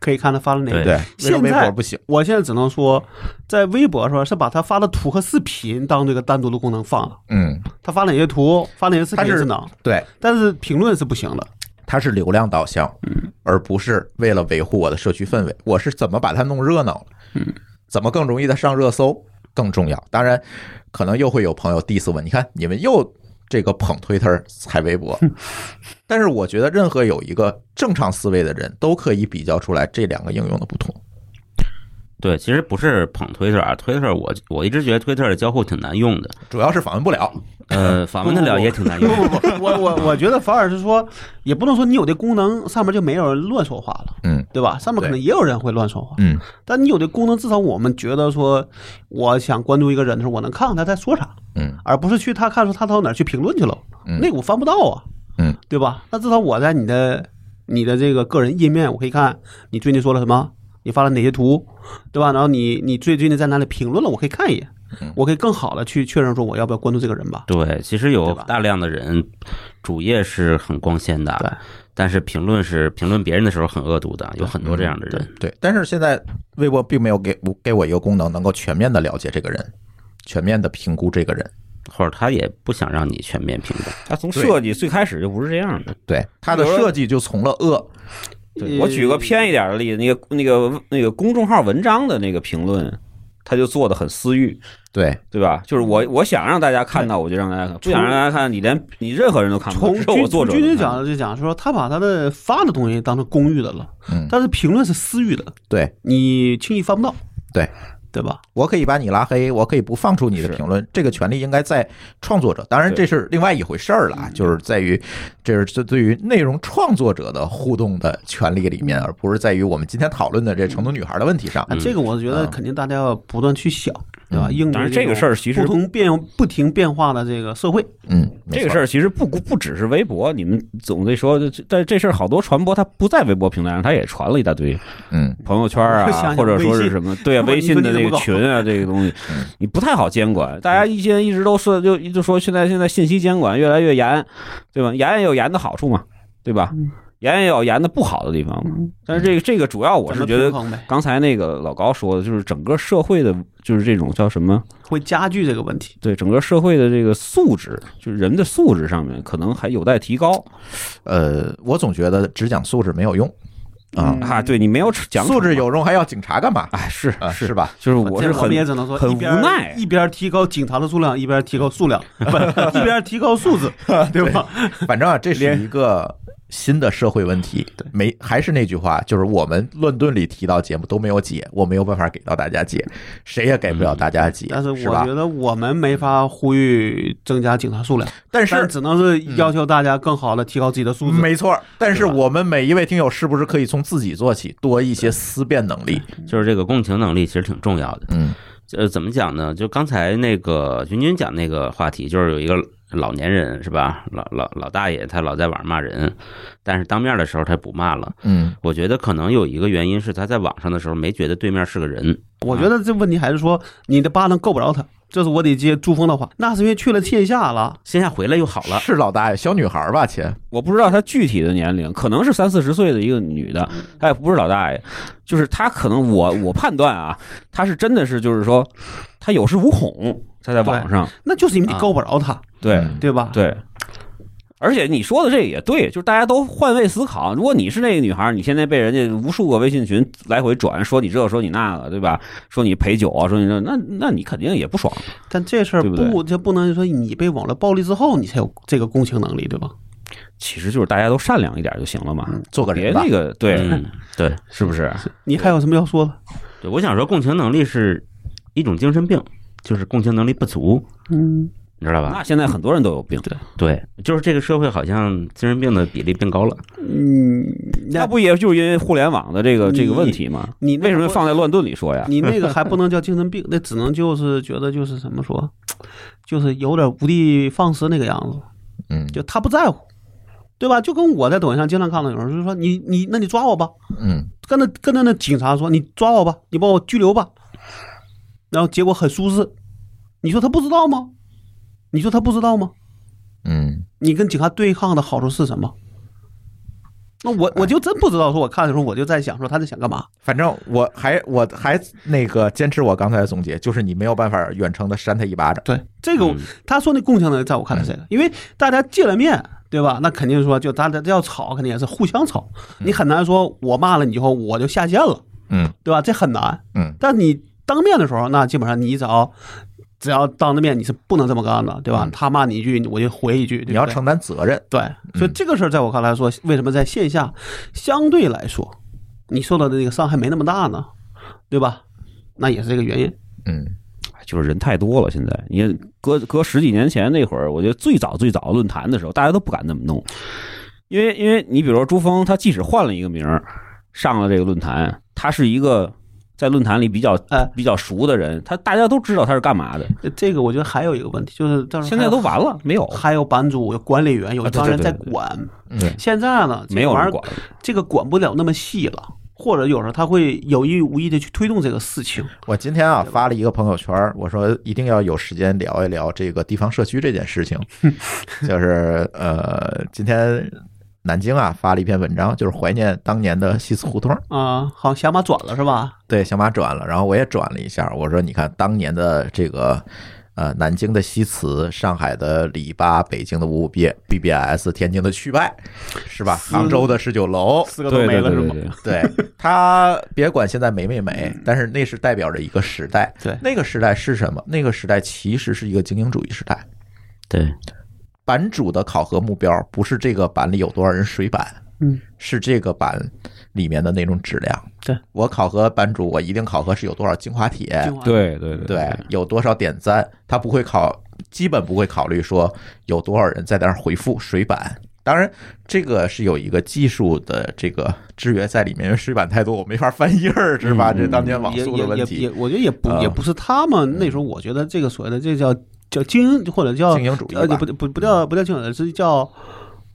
S2: 可以看他发了哪个
S4: 对。
S1: 对，为什么微
S2: 现在
S1: 博不行？
S2: 我现在只能说，在微博上是把他发的图和视频当这个单独的功能放了。
S1: 嗯，
S2: 他发哪些图，发哪些视
S1: 它
S2: 频
S1: 是
S2: 是能，
S1: 对，
S2: 但是评论是不行的。
S1: 它是流量导向，
S4: 嗯
S1: 而不是为了维护我的社区氛围。我是怎么把它弄热闹了？
S4: 嗯
S1: 怎么更容易的上热搜更重要？当然，可能又会有朋友 diss 我，你看你们又这个捧 Twitter 踩微 博，但是我觉得任何有一个正常思维的人都可以比较出来这两个应用的不同。
S4: 对，其实不是捧 Twitter 啊，Twitter 我我一直觉得 Twitter 的交互挺难用的，
S1: 主要是访问不了，
S4: 呃，访问得了也挺难
S2: 不
S4: 用的。
S2: 不不，我我我觉得反而是说，也不能说你有这功能，上面就没有人乱说话了，
S1: 嗯
S2: 对吧？上面可能也有人会乱说话，
S1: 嗯，
S2: 但你有这功能，至少我们觉得说，我想关注一个人的时候，我能看看他在说啥，
S1: 嗯，
S2: 而不是去他看说他到哪儿去评论去了，
S1: 嗯
S2: 那个我翻不到啊，
S1: 嗯，
S2: 对吧？那至少我在你的你的这个个人页面，我可以看你最近说了什么，你发了哪些图，对吧？然后你你最近在哪里评论了，我可以看一眼
S1: 嗯，
S2: 我可以更好的去确认说我要不要关注这个人吧。
S4: 对，其实
S2: 对
S4: 有
S2: 吧
S4: 大量的人，主页是很光鲜
S2: 对嗯
S4: 的，但是评论是评论别人的时候很恶毒的，有很多这样的人。
S1: 嗯对。但是现在微博并没有给我给我一个功能，能够全面的了解这个人，全面的评估这个人。
S4: 或者他也不想让你全面评价。
S5: 他从设计最开始就不是这样的。
S1: 对，它的
S5: 比如说
S1: 设计就从了恶，
S5: 对呃我举个偏一点的例子，那个那个那个公众号文章的那个评论，他就做的很私欲，
S1: 对。
S5: 对吧？就是我我想让大家看到，我就让大家看；不想让大家看，你连你任何人
S1: 嗯
S5: 都看不到，
S2: 从
S5: 只有我作者
S2: 君
S5: 能
S2: 君
S5: 看到
S2: 讲的就讲说，他把他的发的东西当成公域的了，
S1: 嗯
S2: 但是评论是私域的，
S1: 对
S2: 你轻易翻不到，
S1: 对，
S2: 对吧？
S1: 我可以把你拉黑，我可以不放出你的评论，这个权利应该在创作者。当然，这是另外一回事儿了
S5: 嗯
S1: 啊，就是在于这是这对于内容创作者的互动的权利里面，而不是在于我们今天讨论的这成都女孩的问题上。
S5: 嗯
S2: 啊，这个我觉得肯定大家要不断去想，对吧？应对
S5: 当然这个
S2: 种
S5: 事儿其实
S2: 不同变不停变化的这个社会，
S1: 嗯，没
S5: 这个
S1: 错
S5: 事儿其实不不只是微博，你们总得说，但是这事儿好多传播，它不在微博平台上，它也传了一大堆
S1: 嗯，
S5: 朋友圈啊，
S2: 我想想
S5: 或者说是什 么对啊，
S2: 微
S5: 微
S2: 信
S5: 信的
S2: 你说你怎
S5: 那
S2: 么
S5: 个
S2: 搞
S5: 群啊，这个东西
S1: 嗯
S5: 你不太好监管。大家一现在一直都说就
S1: 嗯
S5: 就说现在现在信息监管越来越严，对吧？严也有严的好处嘛，对吧？盐也有盐的不好的地方，但是这个这个主要我是觉
S2: 怎么
S5: 得
S2: 平衡呗
S5: 刚才那个老高说的，就是整个社会的，就是这种叫什么？
S2: 会加剧这个问题。
S5: 对，整个社会的这个素质，就是人的素质上面可能还有待提高
S1: 呃，我总觉得只讲素质没有用啊，
S5: 啊。对你没有讲
S1: 素质
S5: 惩罚，
S1: 有用还要警察干嘛？
S5: 哎，是
S1: 啊，
S5: 是
S1: 是？吧？
S5: 就是我是
S2: 这
S5: 很
S2: 们也只能说
S5: 很
S2: 一边
S5: 无奈
S2: 一边提高警察的数量，一边提高数量，不，一边提高素质， 对吧？
S1: 反正啊，这是一个新的社会问 题。没，还是那句话，就是我们乱炖里提到节目都没有解，我没有办法给到大家解，谁也给不了大家解，
S2: 嗯但是
S1: 是
S2: 我
S1: 吧
S2: 觉？得我们没法呼吁增加警察数量，
S1: 但
S2: 但
S1: 是
S2: 只能是
S5: 嗯
S2: 要求大家更好的提高自己的素质。
S1: 没错，但是我们每一位听友是不是可以从自己做起，多一些思辨能力？
S2: 嗯
S4: 就是这个共情能力其实挺重要的。
S1: 嗯
S4: 呃，怎么讲呢？就刚才那个君君讲那个话题，就是有一个老年人是吧，老老老大爷，他老在网上骂人，但是当面的时候他不骂了。
S1: 嗯
S4: 我觉得可能有一个原因是他在网上的时候没觉得对面是个人，
S2: 我觉得这问题还是说你的巴掌够不着他，这是我得接朱峰的话，那是因为去了线下了。
S4: 线下回来又好了。
S1: 是老大爷，小女孩儿吧，亲，
S5: 我不知道她具体的年龄，可能是三四十岁的一个女的，她也不是老大爷，就是她可能我我判断啊，她是真的是就是说，她有恃无恐，她在网上
S2: 那就是
S5: 啊
S2: 因为你够不着他，
S5: 对
S1: 嗯
S2: 对吧？，
S5: 对。而且你说的这个也对，就是大家都换位思考。如果你是那个女孩，你现在被人家无数个微信群来回转，说你这，说你那个，对吧？说你陪酒啊，说你这，那那你肯定也不爽。
S2: 但这事儿
S5: 对不对
S2: 不，这不能说你被网络暴力之后，你才有这个共情能力，对吧？
S5: 其实就是大家都善良一点就行了嘛，
S1: 做个
S5: 别
S1: 人吧
S5: 那。个对，
S4: 嗯，对
S5: 嗯是不是？
S2: 你还有什么要说的？
S4: 对，我想说共情能力是一种精神病，就是共情能力不足，
S2: 嗯，
S4: 你知道吧
S5: 那？现在很多人都有病，
S4: 对，就是这个社会好像精神病的比例变高了。
S2: 嗯
S5: 那不也就是因为互联网的这个
S2: 你
S5: 这个问题吗？
S2: 你那
S5: 为
S2: 个
S5: 什么
S2: 不
S5: 放在乱炖里说呀？
S2: 你那个还不能叫精神病，那只能就是觉得就是怎么说，就是有点无的放矢那个样子，
S1: 嗯
S2: 就他不在乎，对吧？就跟我在抖音上经常看到有人就说你你那你抓我吧，
S1: 嗯，
S2: 跟那跟那那警察说你抓我吧，你把我拘留吧，然后结果很舒适，你说他不知道吗？你说他不知道吗？
S1: 嗯，
S2: 你跟警察对抗的好处是什么？那
S1: 哎
S2: 我我就真不知道，说我看的时候我就在想说他在想干嘛。
S1: 反正我还我还那个坚持我刚才的总结，就是你没有办法远程的扇他一巴掌。
S2: 对，这个我
S4: 嗯
S2: 他说那共情能力，在我看
S1: 嗯
S2: 来是这个，因为大家见了面，对吧？那肯定说就大家要吵，肯定也是互相吵，你很难说我骂了你以后我就下线了，
S1: 嗯
S2: 对吧？这很难。
S1: 嗯，
S2: 但你当面的时候，那基本上你只要只要当着面，你是不能这么干的，对吧？
S1: 嗯
S2: 他骂你一句，我就回一句，对不对
S1: 你要承担责任。
S2: 对，所以
S5: 嗯
S2: 这个事儿在我看来说，为什么在线下相对来说，你受到的那个伤害没那么大呢？对吧？那也是这个原因。
S1: 嗯。
S5: 哎就是人太多了，现在你搁搁十几年前那会儿，我觉得最早最早论坛的时候，大家都不敢那么弄，因为因为你比如说朱峰，他即使换了一个名儿上了这个论坛，他是一个在论坛里比较
S2: 哎
S5: 比较熟的人，他大家都知道他是干嘛的，
S2: 这个我觉得还有一个问题，就是到时候
S5: 现在都啊完了，没有
S2: 还有版主、有管理员，有一帮人在管。
S1: 对，
S2: 现在呢，这
S5: 没有
S2: 玩
S5: 人
S2: 意儿
S5: 管，
S2: 这个管不了那么细了，或者有时候他会有意无意的去推动这个事情。
S1: 我今天啊发了一个朋友圈儿，我说一定要有时间聊一聊这个地方社区这件事情。就是呃，今天南京啊发了一篇文章，就是怀念当年的西四胡同。
S2: 啊、好像想把转了是吧？
S1: 对，小马转了，然后我也转了一下，我说你看当年的这个。呃，南京的西祠，上海的里巴，北京的五五 B B B S，天津的曲拜，是吧？杭州的十九楼，
S2: 四个
S5: 哦对对对对对，
S1: 对他，别管现在美美美，但是那是代表着一个时代。
S2: 嗯对
S1: 那个时代是什么？那个时代其实是一个精英主义时代。
S4: 对，
S1: 版主的考核目标不是这个版里有多少人水版，
S2: 嗯，
S1: 是这个版里面的那种质量。
S2: 对
S1: 我考核版主，我一定考核是有多少精华帖，
S2: 精华
S5: 对对对
S1: 对，有多少点赞，他不会考，基本不会考虑说有多少人在那儿回复水版。当然，这个是有一个技术的这个制约在里面，因为水版太多，我没法翻页儿，是吧？
S5: 嗯
S1: 这当年网
S2: 也
S1: 速的
S2: 也
S1: 问
S2: 也
S1: 题
S2: 也，，我觉得也不、
S1: 啊
S2: 也不是他们那时候，我觉得这个所谓的这叫叫精英或者叫
S1: 精英主
S2: 呃
S1: 义吧
S2: 不。不不叫不叫精英，是叫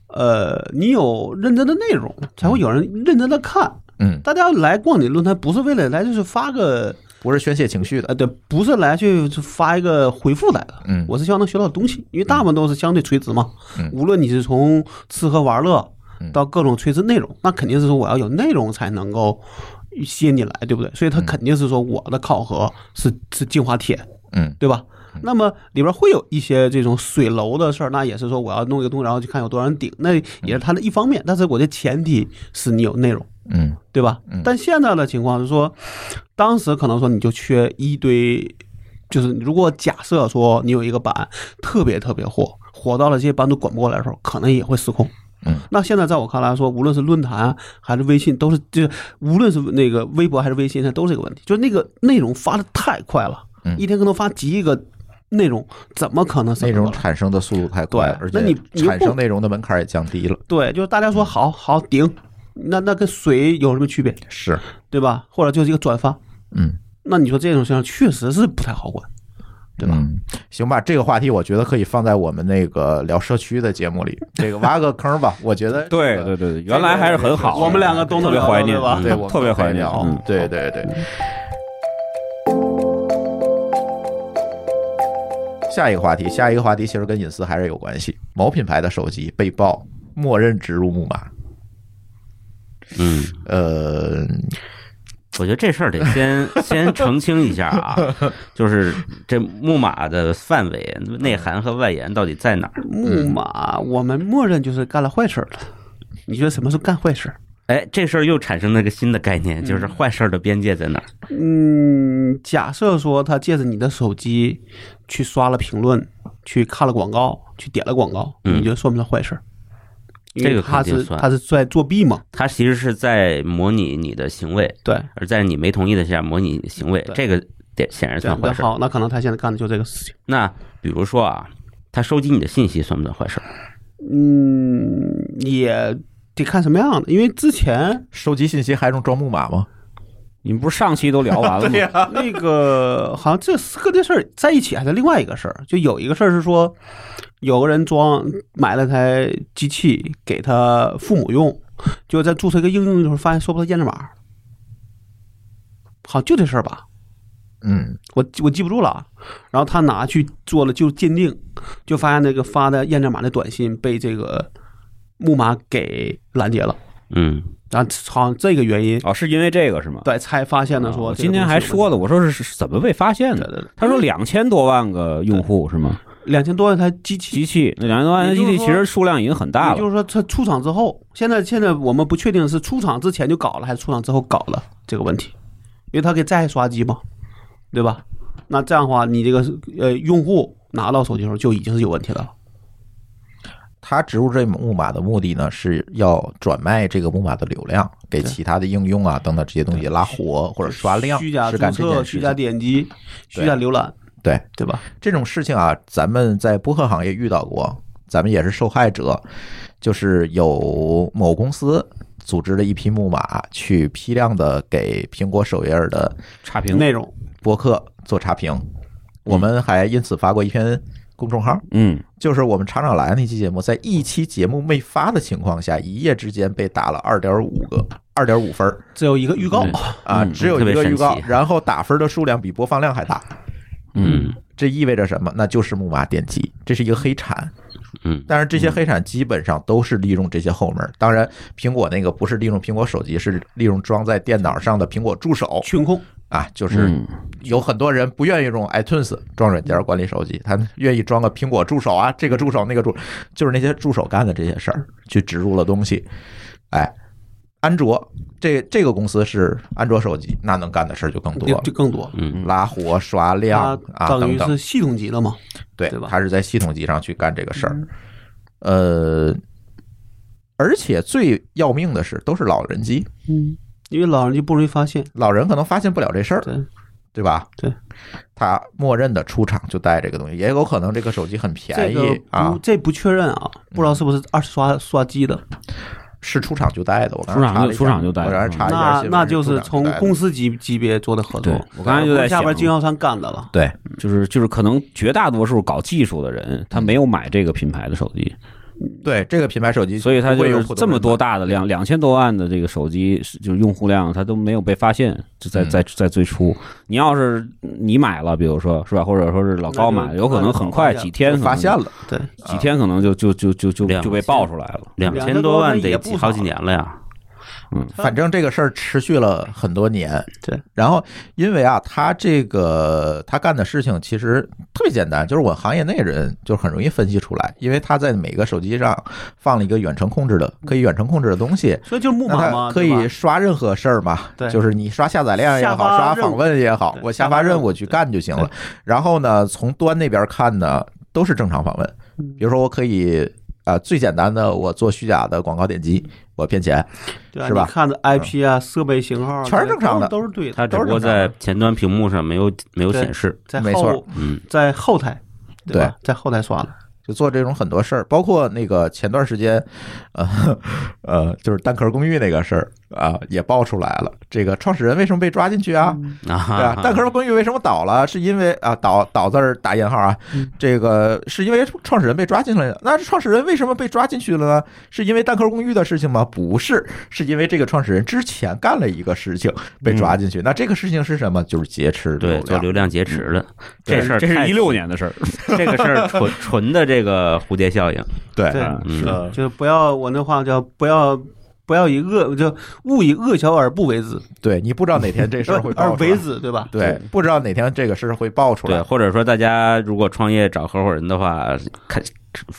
S2: 呃你有认真的内容才会有人认真的看。
S1: 嗯，
S2: 大家来逛你论坛不是为了来就是发个
S1: 不是宣泄情绪的。
S2: 呃对，不是来去发一个回复来的。
S1: 嗯，
S2: 我是希望能学到东西，因为大部分都是相对垂直嘛
S1: 嗯。
S2: 无论你是从吃喝玩乐，
S1: 嗯
S2: 到各种垂直内容，那肯定是说我要有内容才能够吸引你来，对不对？所以它
S1: 嗯
S2: 肯定是说我的考核是是进化帖，
S1: 嗯
S2: 对吧？那么里边会有一些这种水楼的事儿，那也是说我要弄一个东西，然后去看有多少人顶，那也是它的一方面。但是我的前提是你有内容，
S1: 嗯
S2: 对吧
S1: 嗯？
S2: 但现在的情况是说，当时可能说你就缺一堆，就是如果假设说你有一个版特别特别火，火到了这些版主管不过来的时候，可能也会失控。
S1: 嗯，
S2: 那现在在我看来说，无论是论坛还是微信，都是就是无论是那个微博还是微信，它都是这个问题，就是那个内容发的太快了，
S1: 嗯
S2: 一天可能发几亿个内容，怎么可能审
S1: 内
S2: 核
S1: 容
S2: 了
S1: 产生的速度太快，
S2: 对
S1: 而
S2: 那
S1: 且
S2: 你你
S1: 产
S2: 不
S1: 生内容的门槛也降低了。
S2: 对，就是大家说好好顶，那那跟水有什么区别，
S1: 是，
S2: 对吧？或者就是一个转发，
S1: 嗯，
S2: 那你说这种情况确实是不太好管，对吧？
S1: 嗯行吧，这个话题我觉得可以放在我们那个聊社区的节目里，这个挖个坑吧。我觉得
S5: 对对对，对原来还是很好的，
S2: 我们两个都
S5: 特别
S2: 能
S5: 怀
S2: 聊
S5: 念
S2: 对吧
S5: 嗯
S1: 对，我们
S5: 特别
S1: 可以
S5: 怀念
S1: 聊
S5: 嗯
S1: 对对对。下一个话题，下一个话题其实跟隐私还是有关系。某品牌的手机被曝默认植入木马，
S4: 嗯，
S1: 呃，
S4: 我觉得这事儿得 先先澄清一下啊，就是这木马的范围、内涵和外延到底在哪儿？
S2: 木
S4: 嗯
S2: 马，我们默认就是干了坏事儿了。你觉得什么是干坏事儿？
S4: 哎，这事儿又产生了一个新的概念，就是坏事儿的边界在哪儿？
S2: 嗯，假设说他借着你的手机去刷了评论，去看了广告，去点了广告，
S4: 嗯
S2: 你觉得算不算坏事儿？因为
S4: 这个
S2: 他
S4: 肯定
S2: 是
S4: 算
S2: 他是在作弊嘛？
S4: 它其实是在模拟你的行为，
S2: 对，
S4: 而在你没同意的下模拟行为，
S2: 对
S4: 这个点显然
S2: 对
S4: 算，
S2: 那
S4: 坏事儿。
S2: 好，那可能他现在干的就这个事情。
S4: 那比如说啊，他收集你的信息算不算坏事儿？
S2: 嗯，也得看什么样的，因为之前
S1: 收集信息还用装木马吗？
S5: 你们不是上期都聊 完了吗？
S2: 那个好像这四个这事儿在一起，还是另外一个事儿。就有一个事儿是说，有个人装买了台机器给他父母用，就在注册一个应用的时候，发现说不到验证码。好，就这事儿吧，
S1: 嗯
S2: 我我记不住了啊。然后他拿去做了就鉴定，就发现那个发的验证码的短信被这个木马给拦截了。
S4: 嗯，
S2: 然后好像这个原因，
S5: 哦，是因为这个是吗？啊
S2: 对，才发现的说
S5: 我
S2: 这个
S5: 哦今
S2: 东西有问题。
S5: 天还说了，我说是是怎么被发现
S2: 对
S5: 的？
S2: 对对，
S5: 他说两千多万个用户是吗？
S2: 两千多万台机器
S5: 机器那两千多万
S2: 也
S5: 机
S2: 就是
S5: 器
S2: 说
S5: 其实数量已经很大
S2: 也就
S5: 了。
S2: 是说，它出厂之后，现在现在我们不确定是出厂之前就搞了，还是出厂之后搞了这个问题，因为它可以再刷机嘛，对吧？那这样的话，你这个呃用户拿到手机的时候就已经是有问题的了。，
S1: 它植入这木马的目的呢，是要转卖这个木马的流量给
S2: 对
S1: 其他的应用啊等等这些东西拉活或者刷量，
S2: 虚假
S1: 是
S2: 注
S1: 干这件
S2: 册、
S1: 事
S2: 虚
S1: 情
S2: 假点击、虚假浏览，
S1: 对
S2: 对吧？
S1: 这种事情啊，咱们在播客行业遇到过，咱们也是受害者，就是有某公司。组织了一批木马去批量的给苹果首页的
S5: 差评
S2: 内容
S1: 播客做差评，
S4: 嗯
S1: 我们还因此发过一篇公众号，
S5: 嗯，
S1: 就是我们厂长来那期节目，在一期节目没发的情况下，一夜之间被打了二点五个二点五分儿
S2: 只有一个预告，
S1: 啊，
S5: 嗯
S1: 只有一
S4: 特
S1: 个
S4: 别神
S1: 预告
S4: 奇，
S1: 然后打分的数量比播放量还大，
S4: 嗯
S1: 这意味着什么？那就是木马点击，这是一个黑产。
S4: 嗯
S1: 但是这些黑产基本上都是利用这些后门儿，当然苹果那个不是利用苹果手机，是利用装在电脑上的苹果助手
S2: 群控
S1: 啊，就是
S5: 嗯
S1: 有很多人不愿意用 iTunes 装软件管理手机，他们愿意装个苹果助手啊，这个助手那个助，就是那些助手干的这些事儿，去植入了东西。哎，安卓这这个公司是安卓手机，那能干的事儿就更多
S2: 也
S1: 了
S2: 就，更多，
S4: 嗯，
S1: 拉活、刷
S2: 它
S1: 量啊
S2: 等
S1: 等
S2: 于
S1: 等
S2: 是，系统级的嘛。
S1: 对
S2: 对吧，
S1: 它是在系统级上去干这个事儿。呃，而且最要命的是，都是老人机，
S2: 嗯，因为老人就不容易发现，
S1: 老人可能发现不了这事儿，
S2: 对，
S1: 对吧？
S2: 对，
S1: 它默认的出厂就带这个东西，也有可能这个手机很便
S2: 这个
S1: 宜啊
S2: 不，这不确认啊，不知道是不是二次刷刷机的。
S1: 是出厂就带的。我刚才
S5: 出厂就
S1: 查了一下我
S5: 出厂就带
S1: 刚才查一下
S2: 那
S1: 新闻
S2: 那就是从
S1: 出厂就带的
S2: 公司级级别做的合作
S5: 对，我刚才就在
S2: 下边
S5: 想
S2: 经销商干的了。
S1: 对
S5: 就是就是可能绝大多数搞技术的人，他没有买这个品牌的手机，
S1: 对这个品牌手机，
S5: 所以它就
S1: 会有
S5: 是
S1: 普通人
S5: 这么多
S1: 买
S5: 大的两两千多万的这个手机，是就是用户量它都没有被发现，就在
S1: 嗯
S5: 在在最初。你要是你买了，比如说是吧，或者说是老高
S2: 那
S5: 买，
S2: 就
S5: 有可能很快几天可能
S1: 发现，了，
S2: 对，
S5: 几天可能就就就就就
S4: 两
S5: 就被爆出来了。
S4: 两
S2: 两
S4: 千
S2: 千
S4: 多
S2: 多
S4: 万
S2: 万
S4: 得
S2: 也
S4: 几
S2: 不
S4: 好几
S2: 少
S4: 年了呀。
S1: 反正这个事儿持续了很多年。
S2: 嗯对，
S1: 然后因为啊，他这个他干的事情其实特别简单，就是我行业内人就很容易分析出来，因为他在每个手机上放了一个远程控制的，可以远程控制的东西。
S2: 所以就是木
S1: 那
S2: 马
S1: 它
S2: 嘛，
S1: 可
S2: 对吧
S1: 以刷任何事儿嘛，
S2: 对
S1: 就是你刷下载量也好，
S2: 下发
S1: 刷
S2: 任务
S1: 访问也好，
S2: 对
S1: 我下发任务去
S2: 下发任务
S1: 干就行了。然后呢，从端那边看呢，都是正常访问。
S2: 嗯
S1: 比如说，我可以啊、呃最简单的，我做虚假的广告点击，我骗钱，
S2: 对啊
S1: 是吧嗯
S2: 你看的 IP 啊、设备型号啊，
S1: 全是正常的
S2: 都是对的，
S4: 它只
S1: 都
S4: 不
S1: 是
S4: 过
S1: 正常
S4: 在前端屏幕上没有没有
S2: 对
S4: 显示。
S2: 在
S1: 没错
S2: 后
S4: 嗯，
S2: 在后台，
S1: 对
S2: 吧？在后台刷的，
S1: 就做这种很多事儿，包括那个前段时间，呃呃，就是蛋壳公寓那个事儿啊、也爆出来了。这个创始人为什么被抓进去
S2: 嗯
S1: 啊？
S4: 啊哈
S1: 对啊，蛋壳公寓为什么倒了？是因为啊，倒倒字儿打引号啊
S2: 嗯，
S1: 这个是因为创始人被抓进来的。那创始人为什么被抓进去了呢？是因为蛋壳公寓的事情吗？不是，是因为这个创始人之前干了一个事情被抓进去。那这个事情是什么？就是劫持
S4: 对
S1: 流，
S4: 做
S1: 量。
S4: 流量劫持了。这事儿
S5: 这是
S4: 太
S5: 一 六，年的事儿，
S4: 这个事儿纯纯的这个蝴蝶效应。
S1: 对啊
S2: 对，
S5: 啊
S4: 嗯
S2: 是的，就是不要我那话叫不要。不要以恶就勿以恶小而不为之，
S1: 对，你不知道哪天这事儿会
S2: 而
S1: 爆出来
S2: 为。之，对吧？
S1: 对，不知道哪天这个事儿会爆出
S4: 对，
S1: 来。
S4: 或者说大家如果创业找合伙人的话，看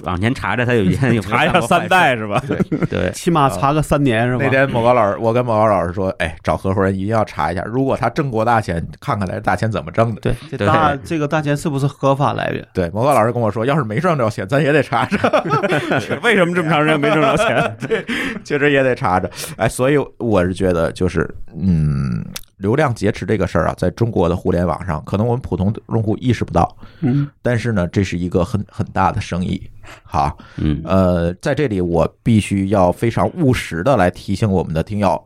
S4: 往前查查他有一天有没有
S5: 查一下
S4: 干过坏
S5: 三代是吧？
S4: 事。对，
S2: 起码查个三年是
S1: 啊
S2: 吧？
S1: 那天某高老师，我跟某高老师说，哎，找合伙人一定要查一下，如果他挣过大钱，看看来这大钱怎么挣的。
S2: 对，这
S4: 对
S2: 大这个大钱是不是合法来源？
S1: 对，某高老师跟我说，要是没赚着钱，咱也得查 查，
S5: 为什么这么长时间没挣着钱？
S1: 确实也得查查。哎，所以我是觉得，就是嗯，流量劫持这个事儿啊，在中国的互联网上，可能我们普通的用户意识不到，
S2: 嗯，
S1: 但是呢，这是一个很很大的生意。好，
S4: 嗯，
S1: 呃，在这里我必须要非常务实的来提醒我们的听友：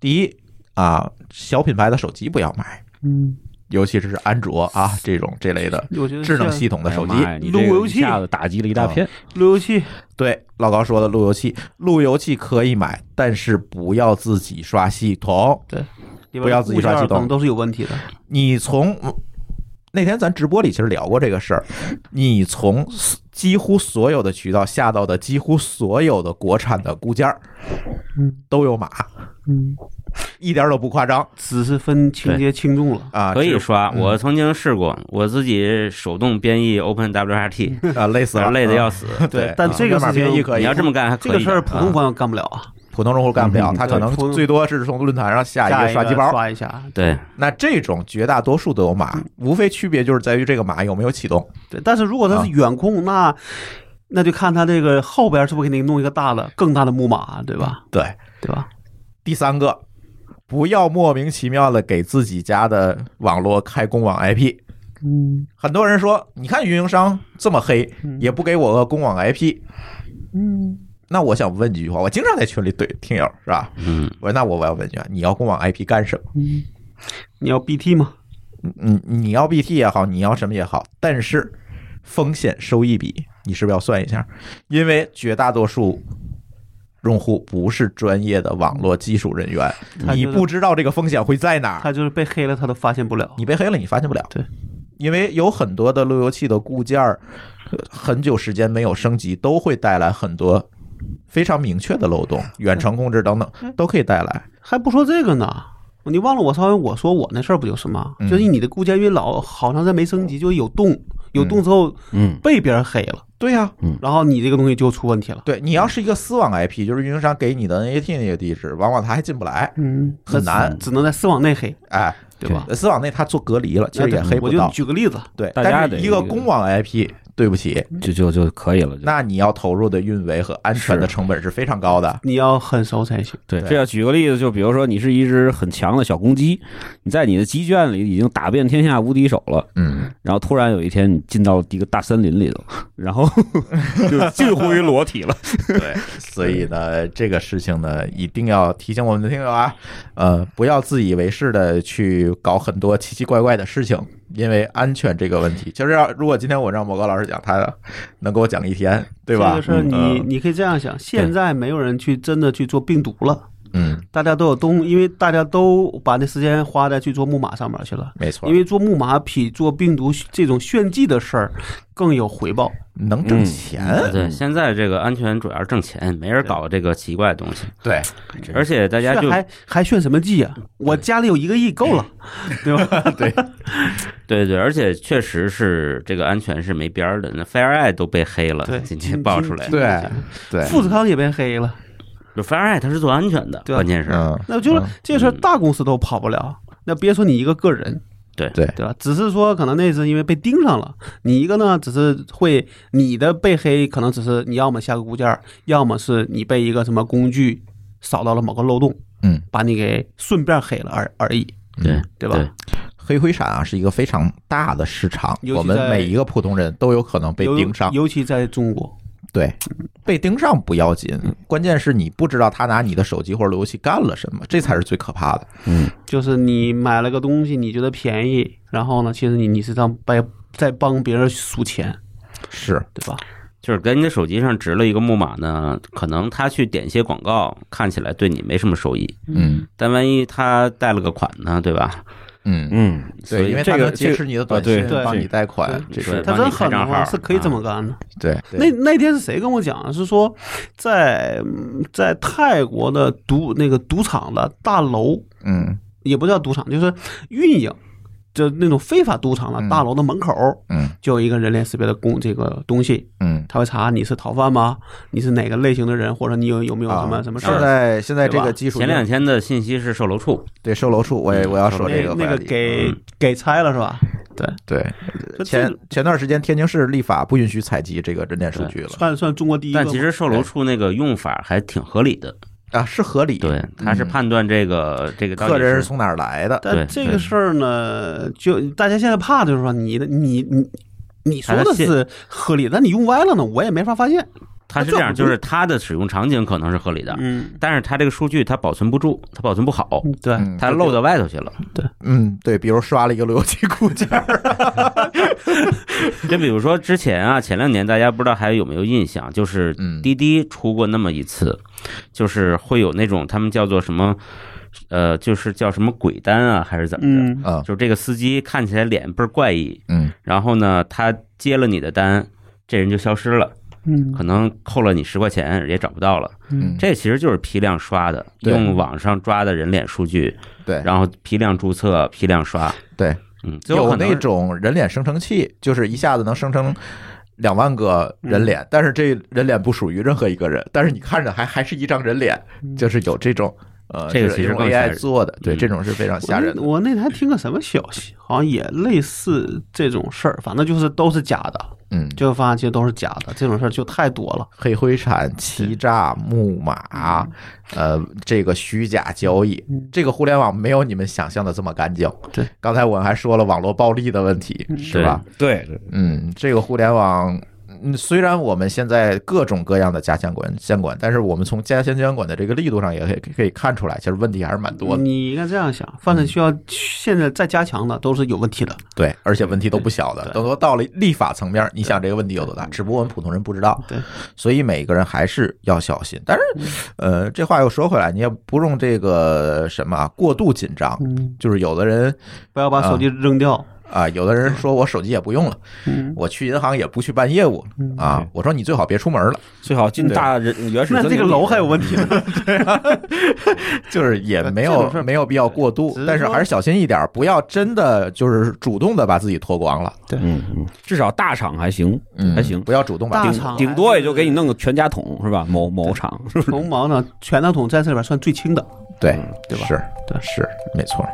S1: 第一啊，小品牌的手机不要买，
S2: 嗯，
S1: 尤其是安卓啊这种这类的
S2: 我觉得
S1: 智能
S2: 像
S1: 系统的手机。
S5: 你这个一下子打击了一大片。
S2: 路由器，
S1: 对，老高说的路由器，路由器可以买，但是不要自己刷系统。
S2: 里边
S1: 不要自己刷
S2: 固件
S1: 系统
S2: 等都是有问题的。
S1: 你从那天咱直播里其实聊过这个事儿，你从几乎所有的渠道下到的几乎所有的国产的固件儿都有码，
S2: 嗯，
S1: 一点儿都不夸张
S2: 只是分轻
S4: 对
S2: 节轻重了。
S1: 啊！
S4: 可以
S1: 只
S4: 刷。
S1: 嗯
S4: 我曾经试过，我自己手动编译 Open WRT，
S1: 啊，累死了，
S4: 累的要死。
S1: 对，
S2: 但
S1: 啊
S2: 这个
S1: 编码
S2: 事情
S1: 编译可
S4: 你
S1: 以
S4: 要，这么干还可
S2: 这
S4: 以的，
S2: 个事儿普通
S4: 啊
S2: 朋友干不了啊，
S1: 普通用户干不了，
S5: 嗯
S1: 他可能
S2: 对普通
S1: 最多是从论坛上下
S2: 下
S1: 一个刷机
S2: 个
S1: 包。
S2: 刷嗯一下。
S4: 对
S1: 那这种绝大多数都有码，无非区别就是在于这个码有没有启动。
S2: 对，但是如果
S1: 啊
S2: 他是远控，那那就看他这个后边是不是给你弄一个大的、更大的木马，对吧？
S1: 对，
S2: 对吧？
S1: 第三个，不要莫名其妙的给自己家的网络开公网 IP。
S2: 嗯
S1: 很多人说，你看运营商这么黑，也不给我个公网 IP。
S2: 嗯，
S1: 那我想问几句话，我经常在群里怼听友是吧？
S4: 嗯，
S1: 我说那我我要问一句，你要公网 IP 干什么？
S2: 嗯你要 BT 吗？
S1: 嗯，你要 BT 也好，你要什么也好，但是风险收益比你是不是要算一下？因为绝大多数用户不是专业的网络技术人员，
S2: 他
S1: 你
S2: 就是
S1: 不知道这个风险会在哪儿。
S2: 他就是被黑了，他都发现不了。
S1: 你被黑了，你发现不了。
S2: 对，
S1: 因为有很多的路由器的固件儿，呃很久时间没有升级，都会带来很多非常明确的漏洞，远程控制等
S2: 嗯
S1: 等都可以带来。
S2: 还不说这个呢，你忘了我稍微我说我那事儿不就是吗？
S1: 嗯
S2: 就是你的固件因为老好长时间没升级，就有洞，有洞之后
S5: 嗯，
S2: 被别人黑了，
S1: 对呀、
S2: 然后你这个东西就出问题了。
S1: 对你要是一个私网 IP，就是运营商给你的 NAT 那个地址，往往他还进不来，
S2: 嗯，
S1: 很难。
S2: 只能在私网内黑，
S1: 哎，
S2: 对吧？
S1: 私网内他做隔离了，其实也黑
S2: 我
S1: 不
S2: 就
S1: 到。
S2: 举个例子，
S1: 对，
S5: 大家
S1: 但
S5: 得
S1: 是一个公网 IP，对不起，
S5: 就就就可以了。就
S1: 那你要投入的运维和安全的成本是非常高的。
S2: 你要很熟才行。
S5: 对，
S1: 对
S5: 这要举个例子，就比如说你是一只很强的小公鸡，你在你的鸡圈里已经打遍天下无敌手了，
S1: 嗯，
S5: 然后突然有一天你进到一个大森林里头，然后 就近乎于裸体了。
S1: 对，所以呢，这个事情呢，一定要提醒我们的听友啊，呃，不要自以为是的去搞很多奇奇怪怪的事情因为安全这个问题，其实要如果今天我让某高老师讲，他能给我讲一天，对吧？
S2: 这个事儿你
S1: 嗯
S2: 你可以这样想，现在没有人去真的去做病毒了，
S1: 嗯，
S2: 大家都有东，因为大家都把那时间花在去做木马上面去了。
S1: 没错，
S2: 因为做木马比做病毒这种炫技的事儿更有回报。
S1: 能挣钱，
S4: 对，现在这个安全主要是挣钱，没人搞这个奇怪的东西，
S1: 对，
S4: 而且大家
S2: 炫
S4: 就
S2: 还还炫什么技啊？我家里有一个亿够了，对吧？
S4: 对对，而且确实是这个安全是没边儿的。那 FireEye 都被黑了
S2: 对，
S4: 今天爆出来。
S2: 今
S1: 对对，
S2: 富士康也变黑了。
S4: 就 FireEye 它是做安全的，
S2: 对啊
S4: 关键是
S1: 嗯，
S2: 那就是
S1: 嗯
S2: 这事儿大公司都跑不了，那别说你一个个人，
S4: 对
S1: 对
S2: 对吧？只是说可能那是因为被盯上了，你一个呢，只是会你的被黑，可能只是你要么下个固件儿，要么是你被一个什么工具扫到了某个漏洞，
S1: 嗯，
S2: 把你给顺便黑了而而已，
S4: 对
S2: 对吧？
S1: 黑灰闪啊是一个非常大的市场，
S2: 尤其
S1: 我们
S2: 在
S1: 每一个普通人都有可能被
S2: 尤
S1: 盯上。
S2: 尤其在中国，
S1: 对，被盯上不要紧，关键是你不知道他拿你的手机或者路由器干了什么，这才是最可怕的。
S2: 就是你买了个东西，你觉得便宜，然后呢，其实你你是让在在帮别人数钱，
S1: 是，
S2: 对吧？
S4: 就是在你的手机上植了一个木马呢，可能他去点一些广告，看起来对你没什么收益，
S1: 嗯
S4: 但万一他贷了个款呢，对吧？
S1: 嗯，
S5: 嗯，
S4: 所
S1: 对，
S4: 以
S1: 因为
S5: 这
S1: 他
S5: 个
S1: 能
S5: 这
S1: 劫
S5: 个
S1: 持你的
S5: 啊
S1: 短
S5: 对
S1: 信，
S2: 对
S1: 帮你贷款，这
S4: 对
S1: 个
S4: 是
S2: 他
S4: 帮
S2: 这
S4: 你开
S2: 狠的
S4: 账
S2: 话
S4: 号
S2: 是可以这
S4: 啊
S2: 么干的。
S1: 对
S2: 那那天是谁跟我讲啊的？是说在嗯在泰国的赌那个赌场的大楼，
S1: 嗯
S2: 也不叫赌场，就是运营，就那种非法赌场的
S1: 嗯
S2: 大楼的门口，
S1: 嗯
S2: 就有一个人脸识别的工这个东西，
S1: 嗯。
S2: 他会查你是逃犯吗？你是哪个类型的人，或者你有有没有什么、
S1: 啊
S2: 什么事
S1: 现
S2: 儿？
S1: 在现在这
S2: 对
S1: 个
S2: 吧
S1: 技术
S4: 前两天的信息是售楼处，
S1: 对售楼处，我也我要说这
S2: 嗯那
S1: 个
S2: 那
S1: 话
S2: 个
S1: 题呃
S2: 给、
S4: 嗯
S2: 给拆了是吧？对，
S1: 对
S2: 就这
S1: 前
S2: 个
S1: 前段时间天津市立法不允许采集这个人脸数据了
S2: 算算中国第一个
S4: 但
S2: 嘛，
S4: 其实售楼处那个用法还挺合理的，
S1: 啊，是合理，嗯
S4: 对，
S2: 嗯
S4: 他是判断这个这个到
S1: 客
S4: 底
S1: 人是
S4: 是
S1: 从哪儿来的，
S4: 对
S2: 但这个
S4: 对
S2: 事儿呢，就大家现在怕就是说你的你你你说
S4: 大
S2: 的
S4: 家信
S2: 是合理，但你用歪了呢，我也没法发现。
S4: 他是这样，就是他的使用场景可能是合理
S1: 啊
S4: 的，
S2: 嗯，
S4: 但是他这个数据他保存不住，他保存不好，
S2: 对，
S1: 嗯
S4: 他漏到外头去了。
S1: 嗯，对，比如刷了一个路由器固件 儿，
S4: 就比如说之前啊，前两年大家不知道还有没有印象，就是
S1: 嗯
S4: 滴滴出过那么一次，就是会有那种他们叫做什么，呃，就是叫什么鬼单啊，还是怎么着？
S2: 嗯，
S1: 啊，
S4: 就这个司机看起来脸倍儿怪异，
S1: 嗯
S4: 然后呢，他接了你的单，这人就消失了，
S2: 嗯
S4: 可能扣了你十块钱也找不到了。
S1: 嗯，
S4: 这其实就是批量刷的，
S1: 对
S4: 用网上抓的人脸数据，
S1: 对
S4: 然后批量注册、批量刷。
S1: 对，
S4: 嗯，最后
S1: 有
S4: 可能
S1: 那种人脸生成器，就是一下子能生成两万个
S4: 嗯
S1: 人脸，但是这人脸不属于任何一个人，但是你看着还还是一张人脸，
S2: 嗯
S1: 就是有这种呃，
S4: 这个
S1: 是
S4: 其实
S1: 用
S4: 更吓
S1: AI
S4: 人
S1: 做的，对，
S4: 嗯
S1: 这种是非常吓
S2: 我
S1: 人
S2: 那
S1: 的。
S2: 我那天还听个什么消息，好像也类似这种事儿，反正就是都是假的，
S1: 嗯，
S2: 最后发现其实都是假的，这种事儿就太多了。
S1: 黑灰产、欺诈、木马，呃，这个虚假交易，这个互联网没有你们想象的这么干净。
S2: 对，
S1: 刚才我还说了网络暴力的问题，是吧？
S5: 对对，
S1: 嗯，这个互联网，嗯，虽然我们现在各种各样的加监管监管，但是我们从加监监管的这个力度上也可以可以看出来，其实问题还是蛮多嗯的。
S2: 你应该这样想，犯罪需要现在再加强的都是有问题的。
S1: 对，而且问题都不小的。
S2: 对
S1: 等到到了立法层面，你想这个问题有多大？只不过我们普通人不知道。
S2: 对，
S1: 所以每个人还是要小心。但是，
S2: 嗯
S1: 呃，这话又说回来，你也不用这个什么啊，过度紧张。
S2: 嗯，
S1: 就是有的人
S2: 不要把手机扔掉。
S1: 啊，有的人说我手机也不用了，
S2: 嗯，
S1: 我去银行也不去办业务啊。我说你最好别出门了。
S5: 最好进大人呃原始森
S2: 那
S5: 林
S2: 这个
S5: 里
S2: 楼还有问题呢。
S1: 就是也没
S2: 这
S1: 有
S2: 种事儿
S1: 没有必要过度
S2: 只是，
S1: 但是
S2: 说
S1: 还是小心一点儿，不要真的就是主动的把自己脱光了，
S5: 嗯，嗯至少大厂还行，
S1: 嗯，
S5: 还行，
S1: 不要主动把
S2: 大
S1: 自己
S2: 厂
S5: 顶多也就给你弄个全家桶是吧？某某厂是不是？
S2: 红毛呢，全大桶在这里边算最轻的。
S1: 对
S5: 嗯
S2: 对吧
S1: 是，
S2: 对
S1: 是没错。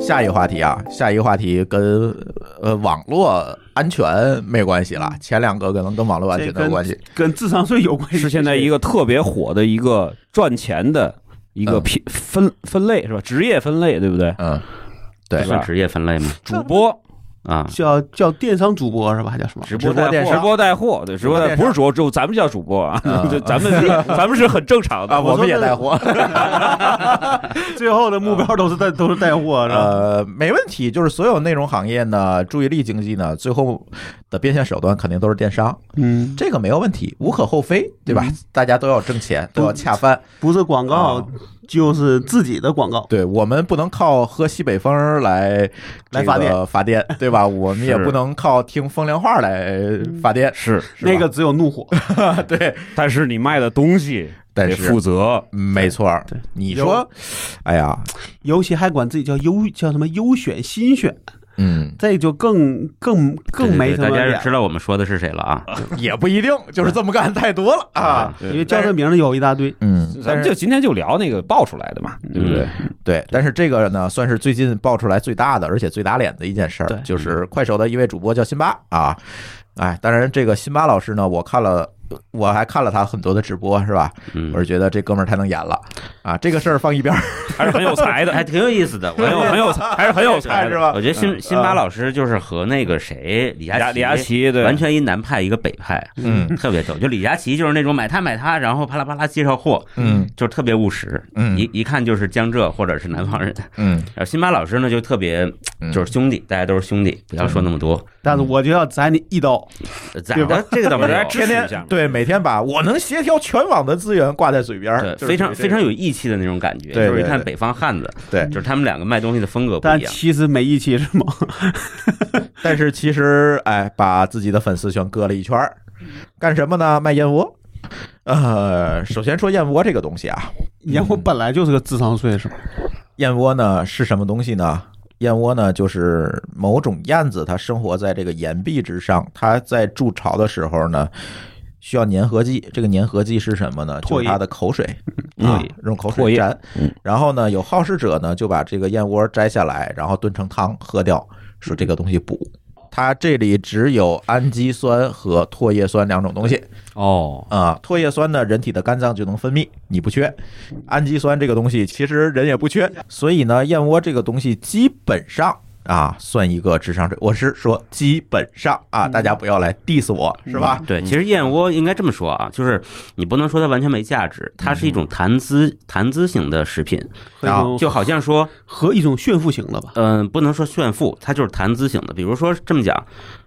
S1: 下一个话题啊，下一个话题跟呃网络安全没关系了，前两个可能跟网络安全
S2: 嗯这
S1: 没有关系，
S2: 跟智商税有关系。
S5: 是现在一
S2: 个
S5: 个特别火的一个赚钱的一个
S1: 嗯
S5: 品分分类是吧？职业分类对不对？
S1: 嗯，对
S4: 算职业分类吗？
S5: 主播
S4: 啊，
S2: 叫叫电商主播是吧？还叫什 么？
S4: 直
S1: 播带货
S5: 带直播带货，对，直播带
S1: 直播带货
S5: 不是主播，就咱们叫主播啊
S1: 啊，
S5: 就咱们是咱们是很正常
S1: 啊，
S5: 的。
S1: 我们也带 货，
S2: 最后的目标都是带都是带货是吧？
S1: 呃，没问题。就是所有内容行业呢，注意力经济呢，最后的变现手段肯定都是电商，
S2: 嗯，
S1: 这个没有问题，无可厚非，对吧？大家都要挣钱，都要恰饭。
S2: 不是广告
S1: 啊
S2: 就是自己的广告。
S1: 对我们不能靠喝西北风儿 来
S2: 来
S1: 这
S2: 发
S1: 个发电，对 吧？我们也
S5: 是
S1: 不能靠听风凉话来发电，
S5: 是，
S1: 是吧
S2: 那个只有怒火，
S1: 对，
S5: 但是你卖的东西
S1: 但
S5: 得
S1: 是
S5: 负责，
S1: 没错儿。你说，哎呀，
S2: 尤其还管自己叫优叫什么优选新选，
S1: 嗯，
S2: 这就更更
S4: 对
S2: 更
S4: 对
S2: 没
S4: 对
S2: 什么
S4: 大家
S2: 脸
S4: 是
S2: 了
S4: 知道我们说的是谁了啊？
S1: 也不一定，就是这么干太多了 啊。
S5: 对
S2: 因为叫这名的有一大堆。
S1: 嗯，
S5: 咱
S1: 但
S5: 们
S1: 是
S5: 就今天就聊那个爆出来的嘛，对不对？
S1: 对，但是这个呢，算是最近爆出来最大的，而且最打脸的一件事
S2: 对
S1: 儿，就是快手的一位主播叫辛巴啊，哎，当然这个辛巴老师呢，我看了，我还看了他很多的直播，是吧？
S4: 嗯
S1: 我，是觉得这哥们儿太能演了啊，这个事儿放一边儿，
S5: 还是很有才 的，
S4: 哎还挺有意思的，我
S5: 很有很有才，还是很有才
S1: 看
S5: 的
S1: 是吧
S4: 我？觉得辛辛
S1: 嗯
S4: 巴老师就是和那个谁李
S5: 李
S4: 佳
S5: 佳李佳
S4: 琦
S5: 琦对，
S4: 完全一南派一个北派，
S1: 嗯
S4: 特别逗。就李佳琦就是那种买它买它，然后啪啦啪啦介绍货，
S1: 嗯
S4: 就是特别务实，
S1: 嗯
S4: 一一看就是江浙或者是南 方人。
S1: 嗯，
S4: 然后辛巴老师呢就特别
S1: 嗯
S4: 就是兄弟，大家都是兄弟，不要说那么多。
S2: 但是我就要宰你一刀，
S4: 嗯咋的？这个倒没
S5: 大家
S4: 有。
S5: 支
S1: 天
S5: 持一
S1: 天
S5: 下嘛。
S1: 对每天把我能协调全网的资源挂在嘴边儿，
S4: 对，
S1: 就是
S4: 非常
S1: 这个
S4: 非常有义气的那种感觉，
S1: 对
S4: 就是一
S1: 对
S4: 看
S1: 对
S4: 北方汉子，
S1: 对，
S4: 就是他们两个卖东西的风格不
S2: 但
S4: 一样。
S2: 其实没义气是吗？
S1: 但是其实哎，把自己的粉丝全割了一圈儿，干什么呢？卖燕窝。呃，首先说燕窝这个东西啊，
S2: 烟我本来就是个智商税是吧？
S1: 燕窝呢是什么东西呢？燕窝呢，就是某种燕子，它生活在这个岩壁之上，它在筑巢的时候呢，需要粘合剂。这个粘合剂是什么呢？
S2: 唾
S1: 就
S2: 液
S1: 是它的口水
S5: 嗯
S1: 啊，用口
S5: 唾
S1: 水
S5: 液
S1: 沾
S5: 嗯。
S1: 然后呢，有好事者呢就把这个燕窝摘下来，然后炖成汤喝掉，说这个东西补。它这里只有氨基酸和唾液酸两种东西，
S5: 哦，
S1: 啊，唾液酸呢，人体的肝脏就能分泌，你不缺。氨基酸这个东西，其实人也不缺，所以呢，燕窝这个东西基本上啊，算一个智商税。我是说基本上啊，大家不要来 diss 我，是吧？
S4: 对，
S2: 嗯
S4: 其实燕窝应该这么说啊，就是你不能说它完全没价
S2: 嗯
S4: 值，它是一种谈资谈资型的食品，
S2: 和一
S1: 啊
S2: 种
S4: 就好像说，
S2: 和一种炫富型的吧。
S4: 嗯、不能说炫富，它就是谈资型的。比如说这么讲，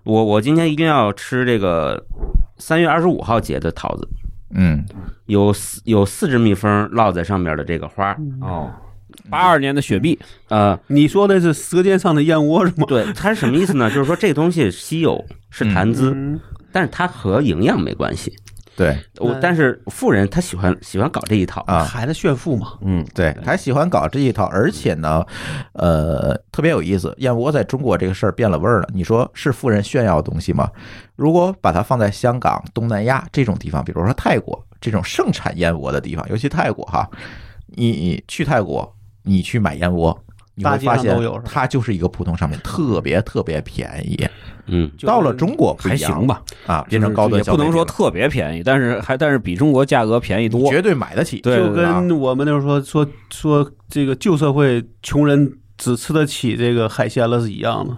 S4: 我我今天一定要吃这个三月二十五号节的桃子，
S1: 嗯，
S4: 有四有四只蜜蜂落在上面的这个花，
S2: 嗯
S1: 嗯
S5: 哦，八二年的雪碧，
S4: 呃，
S2: 你说的是舌尖上的燕窝是吗？
S4: 对，它是什么意思 呢？就是说这东西稀有是谈资，
S2: 嗯，
S4: 但是它和营养没关系。
S1: 对
S4: 我
S2: 嗯
S4: 但是富人他喜欢喜欢搞这一套，
S1: 啊，
S2: 还在炫富嘛？
S5: 嗯，
S1: 对他喜欢搞这一套，而且呢，
S2: 嗯
S1: 呃，特别有意思。燕窝在中国这个事儿变了味儿了，你说是富人炫耀的东西吗？如果把它放在香港、东南亚这种地方，比如说泰国这种盛产燕窝的地方，尤其泰国哈，你你去泰国，你去买燕窝。你会
S2: 大街
S1: 发
S2: 上
S1: 现
S2: 都有是吧
S1: 它就是一个普通商品，特别特别便宜。
S4: 嗯，
S2: 就是
S1: 到了中国不
S5: 还
S1: 一样
S5: 行吧，
S1: 啊，变成高端
S5: 也
S1: 消
S5: 不
S1: 费
S5: 能说
S1: 品了
S5: 特别便宜，但是还但是比中国价格便宜
S1: 你
S5: 多。
S1: 绝对买得起，啊
S5: 对
S2: 就跟我们那时候说说说这个旧社会穷人只吃得起这个海鲜了是一样的。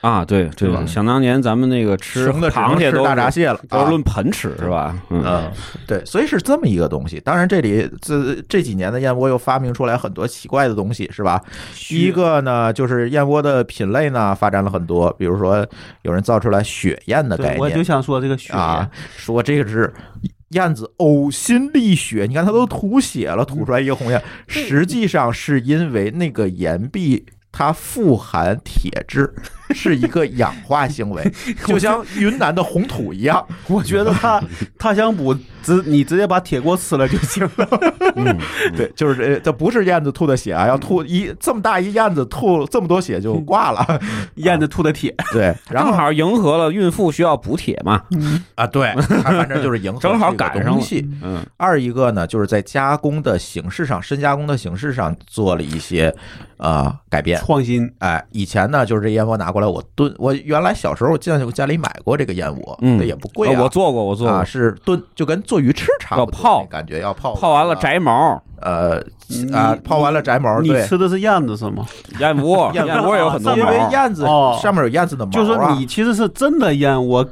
S5: 啊，对对吧？
S1: 嗯
S5: 想当年咱们那个吃
S1: 穷的只能
S5: 螃蟹
S1: 吃
S5: 都
S1: 大闸
S5: 是
S1: 蟹了，
S5: 都
S1: 啊
S5: 是论盆吃是吧？嗯，
S1: 嗯，对，所以是这么一个东西。当然，这里这这几年的燕窝又发明出来很多奇怪的东西，是吧？第一个呢，就是燕窝的品类呢发展了很多，比如说有人造出来雪燕的概
S2: 对，我就
S1: 念
S2: 想说这个血
S1: 啊，说这个是燕子呕心沥血，你看它都吐血了，吐出来一个红
S2: 嗯
S1: 燕，实际上是因为那个岩壁。它富含铁质，是一个氧化行 为，就像云南的红土一样。
S2: 我觉得他他想补，直你直接把铁锅吃了就行了。
S1: 对，就是这这不是燕子吐的血啊，要吐一这么大一燕子吐这么多血就挂了。
S2: 燕子吐的铁，
S1: 对， 然
S5: 正
S1: 后
S5: 好迎合了孕妇需要补铁嘛。
S1: 啊， 对，它反正就是迎合
S5: 正好
S1: 这个
S5: 赶上
S1: 东
S5: 了
S1: 西。
S5: 嗯，
S1: 二一个呢，就是在加工的形式上，深加工的形式上做了一些呃改变。
S2: 创新
S1: 哎，以前呢，就是这燕窝拿过来我炖，我原来小时候进我家里买过这个燕窝，
S5: 嗯
S1: 那也不贵
S5: 呃
S1: 啊。
S5: 我做过，我做
S1: 啊，
S5: 过，
S1: 是炖，就跟做鱼翅差不多，
S5: 要泡
S1: 感觉要泡
S5: 泡完了
S1: 啊
S5: 摘毛，
S1: 呃啊
S2: 你
S1: 泡完了摘毛，
S2: 你
S1: 对，
S2: 吃的是燕子是吗？
S5: 燕窝，
S2: 燕窝
S5: 燕窝有很多
S1: 啊因
S5: 毛
S1: 为
S5: 儿，
S1: 燕子
S2: 哦
S1: 上面有燕子的毛啊，
S2: 就是说你其实是真的燕窝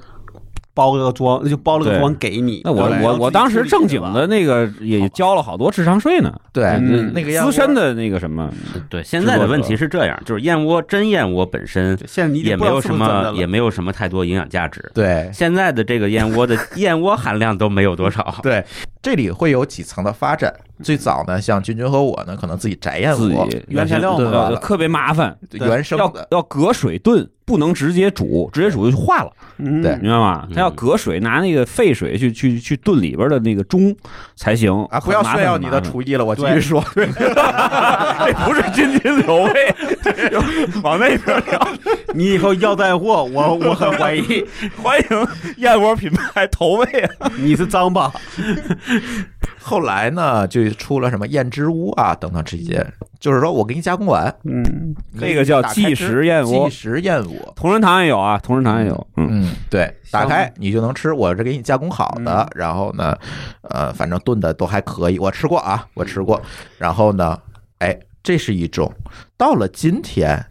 S2: 包了个装，就包了个
S5: 对
S2: 装给你。
S5: 那我
S2: 然后
S5: 我
S2: 自己
S5: 我当时正经
S2: 处理
S5: 的那个也交了好多智商税呢，
S1: 对
S5: 嗯
S1: 哎那个燕窝
S5: 资深的那个什么，
S4: 对，现在的问题是这样，就是燕窝真燕窝本身
S2: 对吧，现在你已经
S4: 也
S2: 不
S4: 没
S2: 知道
S4: 有
S2: 是
S4: 什
S2: 不是真的
S4: 么
S2: 了
S4: 也没有什么太多营养价值。
S1: 对
S4: 现在的这个燕 窝的燕窝含量都没有多少。
S1: 对，这里会有几层的发展。最早呢，像君君和我呢，可能自己摘燕
S5: 自
S1: 窝，
S5: 己
S2: 原材料
S1: 炖
S2: 嘛，
S1: 完
S5: 呃
S1: 了，
S5: 特别麻烦，
S1: 原生
S5: 要
S1: 的，
S5: 要隔水炖，不能直接煮，直接煮就化了，
S2: 嗯
S1: 对
S5: 明白吗？
S4: 嗯
S5: 它要隔水，拿那个沸水去去去炖里边的那个盅才行
S1: 啊，不要
S5: 很麻
S1: 炫
S5: 烦
S1: 耀你的
S5: 很麻烦
S1: 厨艺了，我继续说，
S5: 这不是津津有味，往那边聊。
S2: 你以后要带货，我我很怀疑
S5: 欢迎燕窝品牌投喂啊！
S2: 你是张吧？
S1: 后来呢，就出了什么燕之屋啊等等这些，就是说我给你加工完，
S2: 嗯，
S5: 这个叫
S1: 打开
S5: 即
S1: 吃
S5: 食燕窝
S1: 即食燕窝。
S5: 同仁堂也有啊，同仁堂也有，嗯，
S1: 嗯，对，
S2: 香
S1: 打开你就能吃，我这给你加工好的
S2: 嗯，
S1: 然后呢，呃，反正炖的都还可以，我吃过
S5: 嗯
S1: 啊，我吃过。然后呢，哎，这是一种，到了今天，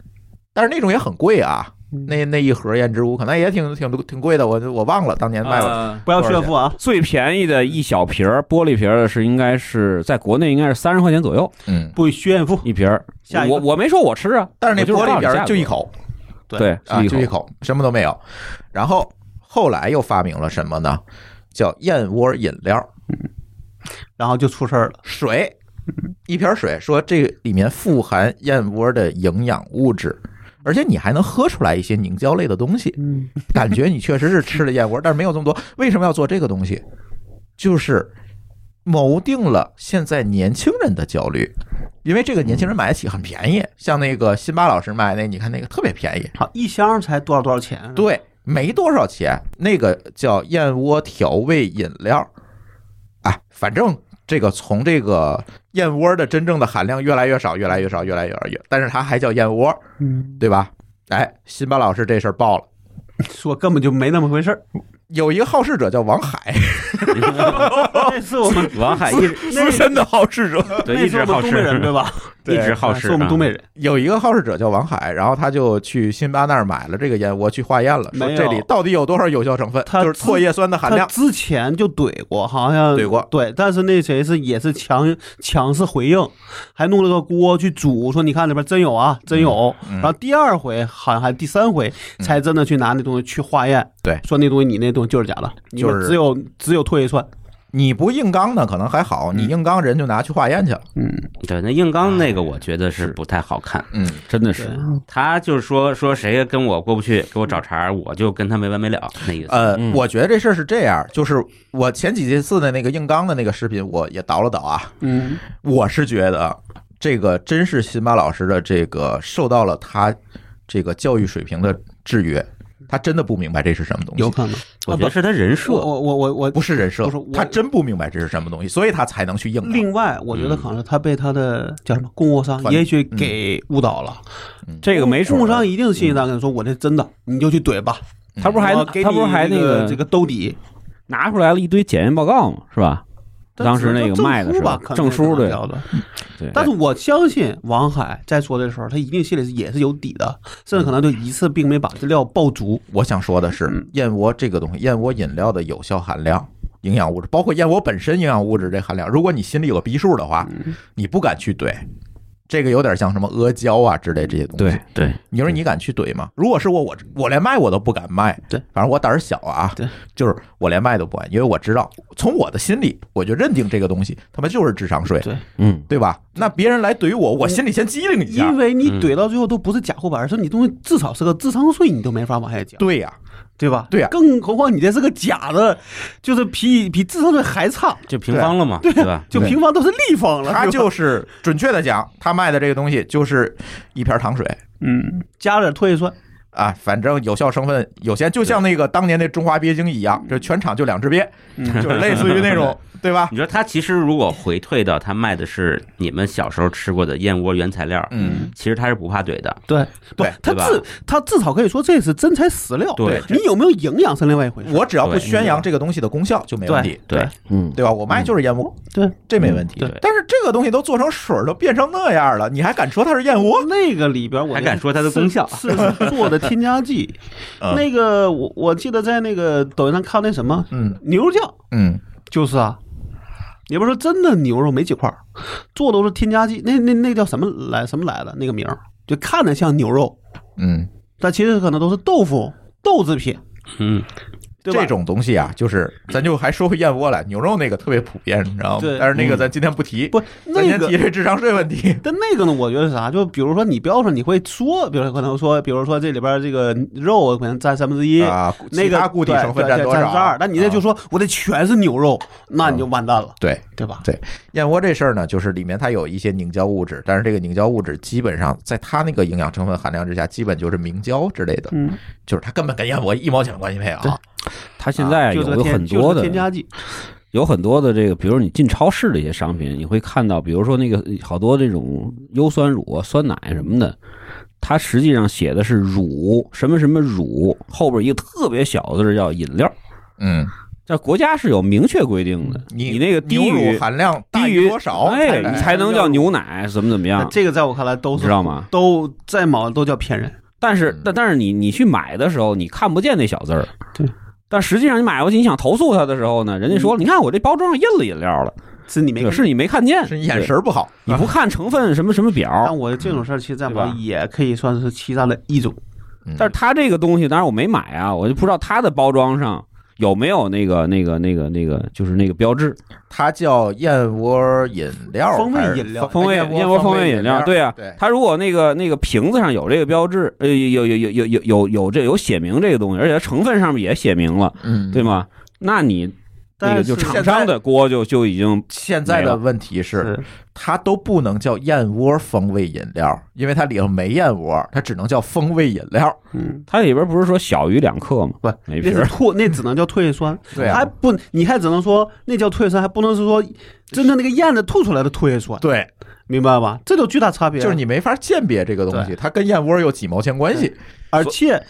S1: 但是那种也很贵啊，
S5: 嗯
S1: 那那一盒燕之屋可能也挺挺挺贵的，我我忘了当年卖了。
S5: 呃
S2: 不要炫富啊！
S5: 最便宜的一小瓶儿玻璃瓶儿的是应该是在国内应该是三十块钱左右
S1: 嗯，
S2: 不炫富，
S5: 一瓶儿
S2: 下一，个
S5: 我我没说我吃啊，
S1: 但是那
S5: 我就
S1: 玻璃
S5: 告
S1: 瓶
S5: 诉你价
S1: 儿
S5: 格
S1: 就一，口
S5: 对，
S1: 啊，就
S5: 一
S1: 一。口，什么都没有。然后后来又发明了什么呢？叫燕窝饮料。
S2: 然后就出事儿了。
S1: 水，一瓶水，说这里面富含燕窝的营养物质，而且你还能喝出来一些凝胶类的东西，
S2: 嗯，
S1: 感觉你确实是吃了燕窝，但是没有这么多。为什么要做这个东西？就是谋定了现在年轻人的焦虑，因为这个年轻人买得起，很便宜，像那个辛巴老师卖那，你看那个特别便宜，
S2: 好，一箱才多少多少钱？，
S1: 对，没多少钱，那个叫燕窝调味饮料，哎，反正这个从这个燕窝的真正的含量越来越少，越来越少，越来越少，但是它还叫燕窝，
S2: 嗯，
S1: 对吧？哎，辛巴老师这事儿爆了。
S2: 说根本就没那么回事儿。
S1: 有一个好事者叫王海，
S2: 这是我们
S4: 王海一直
S2: 资
S5: 深的好吃者，
S4: 对一
S2: 那是
S4: 直
S2: 我
S4: 好
S2: 们
S4: 吃
S2: 东北人对吧？
S4: 一直好吃
S2: 是我们
S4: 啊
S2: 东北人。
S1: 有一个好事者叫王海，然后他就去辛巴那儿买了这个燕窝去化验了，说
S2: 没有
S1: 这里到底有多少有效成分，
S2: 他
S1: 就是唾液酸的含
S2: 他
S1: 量。
S2: 之前就怼过，好像
S1: 怼过
S2: 对，但是那谁是也是强强势回应，还弄了个锅去煮，说你看里边真有啊，真有。
S1: 嗯
S2: 然后第二回好像还第三回才真的去拿那东西去化验，
S1: 对
S2: 说那东西你那东西就是假的，你们
S1: 就是
S2: 只有只有唾液酸。
S1: 你不硬刚呢，可能还好，你硬刚人就拿去化验去了。
S2: 嗯，
S4: 对那硬刚那个，我觉得是不太好看。
S1: 嗯，
S5: 真的
S2: 对
S5: 是。，
S4: 他就是说说谁跟我过不去，给我找茬儿，我就跟他没完没了那意思。
S1: 呃，
S5: 嗯
S1: 我觉得这事儿是这样，就是我前几次的那个硬刚的那个视频，我也倒了倒啊，
S2: 嗯，
S1: 我是觉得啊这个真是辛巴老师的这个受到了他这个教育水平的制约，他真的不明白这是什么东
S2: 有
S1: 西，
S2: 可能。
S4: 我觉得是他人
S2: 啊我
S4: 设，
S2: 我我我我
S1: 不是人设
S2: 不是我，
S1: 他真不明白这是什么东西，所以他才能去硬刚。
S2: 另外，我觉得可能他被他的叫什么供货商，
S1: 团
S2: 也许给误导了。
S5: 这个没啊
S2: 供
S5: 准
S2: 货
S5: 儿，
S2: 商一定是信息商跟你说我这真的，你就去怼吧。
S1: 嗯
S5: 他不是还
S2: 我给
S5: 他不是
S2: 你
S5: 还
S2: 这
S5: 那
S2: 个这个兜底，
S5: 拿出来了一堆检验报告嘛，是吧？当时那个卖的是
S2: 吧
S5: 吧，
S2: 证
S5: 证
S2: 书
S5: 书
S2: 吧可能是这么
S5: 对
S2: 聊的。
S5: 对，
S2: 但是我相信王海在说的时候，他一定心里是也是有底的，甚至可能就一次并没把这料爆足。
S1: 我想说的
S2: 嗯
S1: 是，燕窝这个东西，燕窝饮料的有效含量。营养物质，包括燕窝本身营养物质这含量，如果你心里有个逼数的话，
S2: 嗯
S1: 你不敢去怼，这个有点像什么阿胶啊之类这些东西。
S5: 对
S4: 对，
S1: 你说你敢去怼吗？如果是我，我我连卖我都不敢卖。
S2: 对，
S1: 反正我胆儿小啊。
S2: 对，
S1: 就是我连卖都不敢，因为我知道，从我的心里我就认定这个东西他妈就是智商税，
S2: 对
S5: 嗯，
S1: 对吧？那别人来怼我，我心里先机灵一下
S2: 因。为你
S4: 嗯
S2: 怼到最后都不是假货吧，而是你东西至少是个智商税，你都没法往下讲，
S1: 对呀、
S2: 对吧？
S1: 对啊
S2: 更何况你这是个假的，就是比比智商税还差，
S4: 就平方了嘛，对吧？
S2: 就
S1: 对
S2: 平方都是立方了。
S1: 他
S2: 对吧
S1: 就是准确的讲，他卖的这个东西就是一瓶糖水，
S2: 嗯，加点唾液酸，
S1: 啊，反正有效成分有限，就像那个当年那中华鳖精一样，这全场就两只鳖，嗯
S2: 嗯
S1: 就是类似于那种，对吧？
S4: 你说他其实如果回退到他卖的是你们小时候吃过的燕窝原材料，
S1: 嗯，
S4: 其实他是不怕怼的。
S2: 对，不
S1: 对，
S2: 他
S4: 对吧
S2: 至他至少可以说这是真材实料。
S4: 对
S2: 你有没有营养是另外一回事。
S1: 我只要不宣扬这个东西的功效就没问题，
S4: 对
S2: 对哦
S5: 嗯，
S1: 对吧？我卖就是燕窝，
S2: 对，
S1: 这没问题
S4: 对。
S1: 但是这个东西都做成水儿，都变成那样了，你还敢说它是燕窝？。
S2: 那个里边我
S4: 还敢说它的功效
S2: 是是做的添加剂
S1: 嗯
S2: 那个我我记得在那个抖音上看那什么
S1: 嗯
S2: 牛肉酱，
S1: 嗯，
S2: 就是啊，也不是说真的牛肉没几块儿，做都是添加剂。那那那叫什么来什么来的那个名儿，就看着像牛肉，
S1: 嗯，
S2: 但其实可能都是豆腐豆制品，
S4: 嗯，
S2: 对吧？
S1: 这种东西啊，就是咱就还说回燕窝来，牛肉那个特别普遍，你知道吗
S2: 对？嗯
S1: 但是那个咱今天不提，
S2: 不
S1: 咱
S2: 那
S1: 先
S2: 个
S1: 提这智商税问题。
S2: 但那个呢，我觉得是啥？就比如说你不要说你会说，比如说可能说，比如说这里边这个肉可能占三分之一，
S1: 啊，
S2: 那
S1: 其
S2: 个
S1: 他固体
S2: 对
S1: 成分
S2: 对
S1: 占
S2: 对
S1: 多
S2: 占
S1: 少？
S2: 之二，但你这就
S1: 啊嗯
S2: 说我这全是牛肉，那你就完蛋了，
S1: 对
S2: 对吧？
S1: 燕窝这事儿呢，就是里面它有一些凝胶物质，但是这个凝胶物质基本上在它那个营养成分含量之下，基本就是明胶之类的，
S2: 嗯，
S1: 就是它根本跟燕窝一毛钱关系没有
S2: 对
S1: 啊。
S5: 它现在
S2: 就是
S5: 有
S2: 添
S5: 很
S2: 就
S5: 多
S2: 是
S5: 的
S2: 添加剂，
S5: 有很多的这个，比如你进超市的一些商品，你会看到，比如说那个好多这种优酸乳啊、酸奶什么的，它实际上写的是乳什么什么乳，后边一个特别小的字叫饮料。
S1: 嗯，
S5: 这国家是有明确规定的，你那个低
S1: 牛乳
S5: 于
S1: 含量大
S5: 低
S1: 于
S5: 于
S1: 多少，
S5: 哎，
S1: 来
S5: 你才能叫牛奶，怎么怎么
S2: 那
S5: 样，
S2: 这个在我看来都
S5: 你
S2: 是
S5: 知道吗？
S2: 都再毛都叫骗人，
S5: 但是
S1: 嗯
S5: 但但是你你去买的时候，你看不见那小字儿，
S2: 对。
S5: 但实际上，你买回去你想投诉他的时候呢，人家说：“你看我这包装上印了饮料了，
S2: 是你没
S5: 可
S2: 看。
S5: 是你嗯没看见，
S1: 是你眼神儿不好。
S5: 你 不看成分什么什么表，
S2: 但我这种事儿其实在
S5: 对
S2: 我
S5: 吧
S2: 也可以算是欺诈的一种，
S1: 嗯
S5: 但是它这个东西，当然我没买啊，我就不知道它的包装上有没有那个、那个、那个、那个，就是那个标志，
S1: 它叫燕窝饮料，
S2: 风味
S1: 还是
S2: 饮料
S1: 风
S5: 风味哎
S1: 燕
S5: 燕
S1: 风
S5: 窝呃风味
S1: 饮
S5: 饮料，对啊
S1: 对，
S5: 它如果那个那个瓶子上有这个标志，呃，有有有有有有有这有写明这个东西，而且它成分上面也写明了，
S1: 嗯，
S5: 对。吗？那你那
S2: 但
S5: 个
S2: 是
S5: 就厂
S1: 现
S5: 商
S1: 在
S5: 的锅就就已经
S1: 现在
S5: 没
S1: 的
S5: 了
S1: 问题是，
S2: 是
S1: 它都不能叫燕窝风味饮料，因为它里头没燕窝，它只能叫风味饮料。
S2: 嗯，
S5: 它里边不是说小于两克吗？
S2: 不，那
S5: 没皮
S2: 是
S5: 儿，
S2: 唾，那只能叫唾液 酸，
S1: 对啊
S2: 还不，你还只能说那叫唾液酸，还不能是说真正那个燕子吐出来的唾液酸，
S1: 对，
S2: 明白吧？这就巨大差别。啊
S1: 就是你没法鉴别这个东西，它跟燕窝有几毛钱关系。
S2: 而且，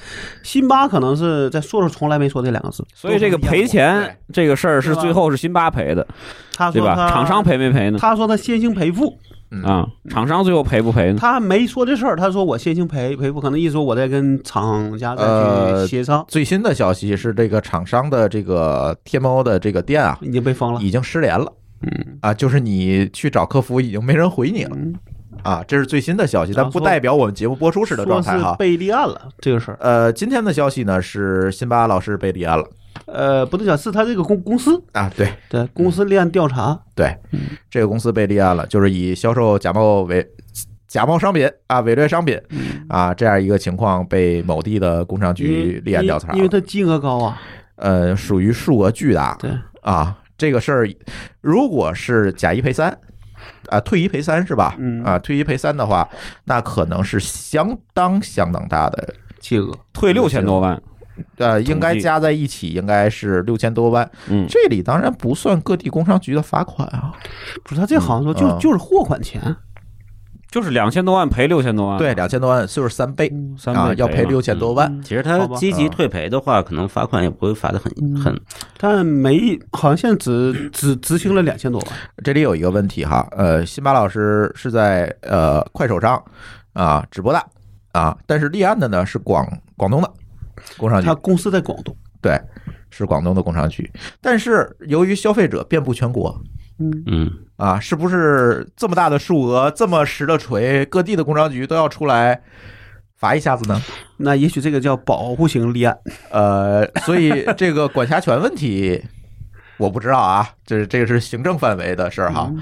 S2: 辛巴可能是在硕硕从来没说这两个字，
S5: 所以这个赔钱这个事儿是
S2: 对吧
S5: 最后是辛巴赔的，
S2: 他
S5: 对
S2: 说
S5: 吧？
S2: 他
S5: 厂商，赔没赔
S1: 嗯
S5: 呢？
S2: 他说他先行赔付，
S5: 啊，厂商最后赔不赔
S1: 嗯
S5: 呢？
S2: 他还没说这事儿，他说我先行赔赔付，可能意思说我在跟厂家再
S1: 呃
S2: 去协商，
S1: 最新的消息是，这个厂商的这个天猫的这个店啊，
S2: 已经被封了。
S1: 已经失联了。
S2: 嗯
S1: 啊，就是你去找客服，已经没人回你了
S2: 嗯，
S1: 啊，这是最新的消息，但不代表我们节目播出时的状
S2: 说
S1: 态
S2: 是
S1: 哈。
S2: 被立案了这个事儿，
S1: 呃，今天的消息呢是辛巴老师被立案了嗯
S2: 呃，不对，讲是他这个公公司
S1: 啊，对
S2: 对公司立案调查，
S1: 对，这个公司被立案了，就是以销售假冒伪假冒商品啊、伪劣商品啊这样一个情况被某地的工商局立案调查了
S2: 嗯因为因为他金额高啊，
S1: 呃，属于数额巨大
S2: 对，
S1: 啊。这个事儿，如果是假一赔三，啊，退一赔三是吧？
S2: 嗯
S1: 啊，退一赔三的话，那可能是相当相当大的，
S2: 金额
S5: 退六千多万，
S1: 呃，应该
S5: 统计
S1: 加在一起应该是六千多万。
S5: 嗯，
S1: 这里当然不算各地工商局的罚款啊，
S2: 不是他这好像说就
S1: 嗯
S2: 就是货款钱，
S5: 就是两千多万赔六千多万，
S1: 对，，两千多万就是三倍
S2: 嗯
S5: 啊三倍嗯
S1: 啊，要赔
S5: 嘛
S1: 六千多万。
S4: 其实他
S2: 好吧嗯
S4: 积极退赔的话，可能罚款也不会罚的很很。
S2: 但没好像现在只只执行了两千多万，
S1: 这里有一个问题哈，呃，辛巴老师是在呃快手上啊直播的啊，但是立案的呢是广广东的工商局
S2: 他，公司在广东，
S1: 对，是广东的工商局。但是由于消费者遍布全国
S2: 嗯。
S4: 嗯，
S1: 啊，是不是这么大的数额，这么实的锤，各地的工商局都要出来罚一下子呢？
S2: 那也许这个叫保护型立案，
S1: 呃，所以这个管辖权问题。我不知道啊，这是这个是行政范围的事儿
S5: 嗯
S1: 哈，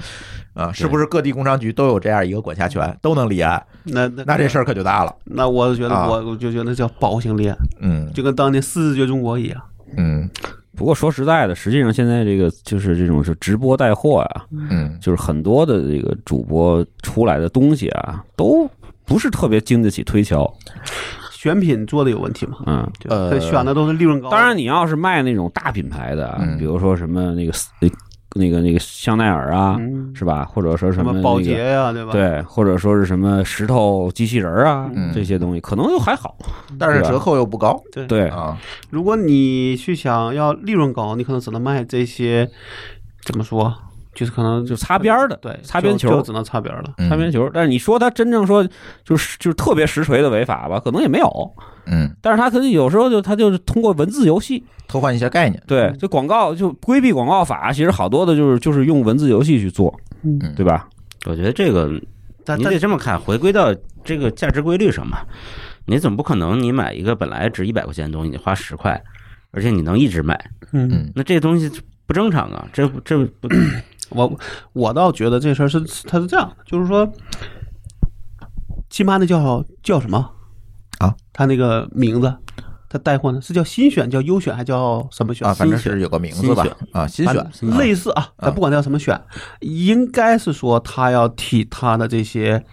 S1: 啊，是不是各地工商局都有这样一个管辖权，都能立案？
S2: 那那
S1: 那这事儿可就大了。
S2: 那我觉得
S1: 啊
S2: 我我就觉得叫保护型立案，
S1: 嗯
S2: 就跟当年四十绝中国一样。
S1: 嗯
S5: 不过说实在的，实际上现在这个就是这种是直播带货啊，
S1: 嗯，
S5: 就是很多的这个主播出来的东西啊，都不是特别经得起推敲。
S2: 选品做的有问题吗？
S5: 嗯，
S2: 就
S1: 呃
S2: 他选的都是利润高的。
S5: 当然，你要是卖那种大品牌的啊，
S1: 嗯
S5: 比如说什么那个呃那个那个香奈儿啊，
S2: 嗯
S5: 是吧？或者说
S2: 什
S5: 么
S2: 么
S5: 那
S2: 保
S5: 个
S2: 洁呀，对吧？，
S5: 对，或者说是什么石头机器人儿啊，
S1: 嗯
S5: 这些东西可能又还好。
S1: 但是折扣又不高
S5: 对，
S1: 啊。
S2: 如果你去想要利润高，你可能只能卖这些，怎么说？就是可能
S5: 就擦边儿的，
S2: 对
S5: 擦边球
S2: 就就只能擦边儿了。
S1: 嗯
S5: 擦边球。但是你说他真正说就是就是特别实锤的违法吧，可能也没有。
S1: 嗯，
S5: 但是他可能有时候就他就是通过文字游戏，
S1: 偷换一下概念，
S5: 对，就广告就规避广告法，其实好多的就是就是用文字游戏去做，
S1: 嗯
S5: 对吧？
S4: 我觉得这个
S2: 但
S4: 你
S2: 但
S4: 得这么看，回归到这个价值规律上嘛。你总不可能你买一个本来值一百块钱的东西，你花十块，而且你能一直买，
S2: 嗯，
S1: 嗯
S4: 那这东西不正常啊！这不这不
S2: 我我倒觉得这事儿是他是这样，就是说，亲妈那叫叫什么
S1: 啊？
S2: 他那个名字，他带货呢是叫新选，叫优选，还叫什么选
S1: 啊，反正
S2: 新选
S1: 是有个名字吧
S4: 新
S1: 啊，新选
S2: 反类似啊，咱不管叫什么选，应该是说他要替他的这些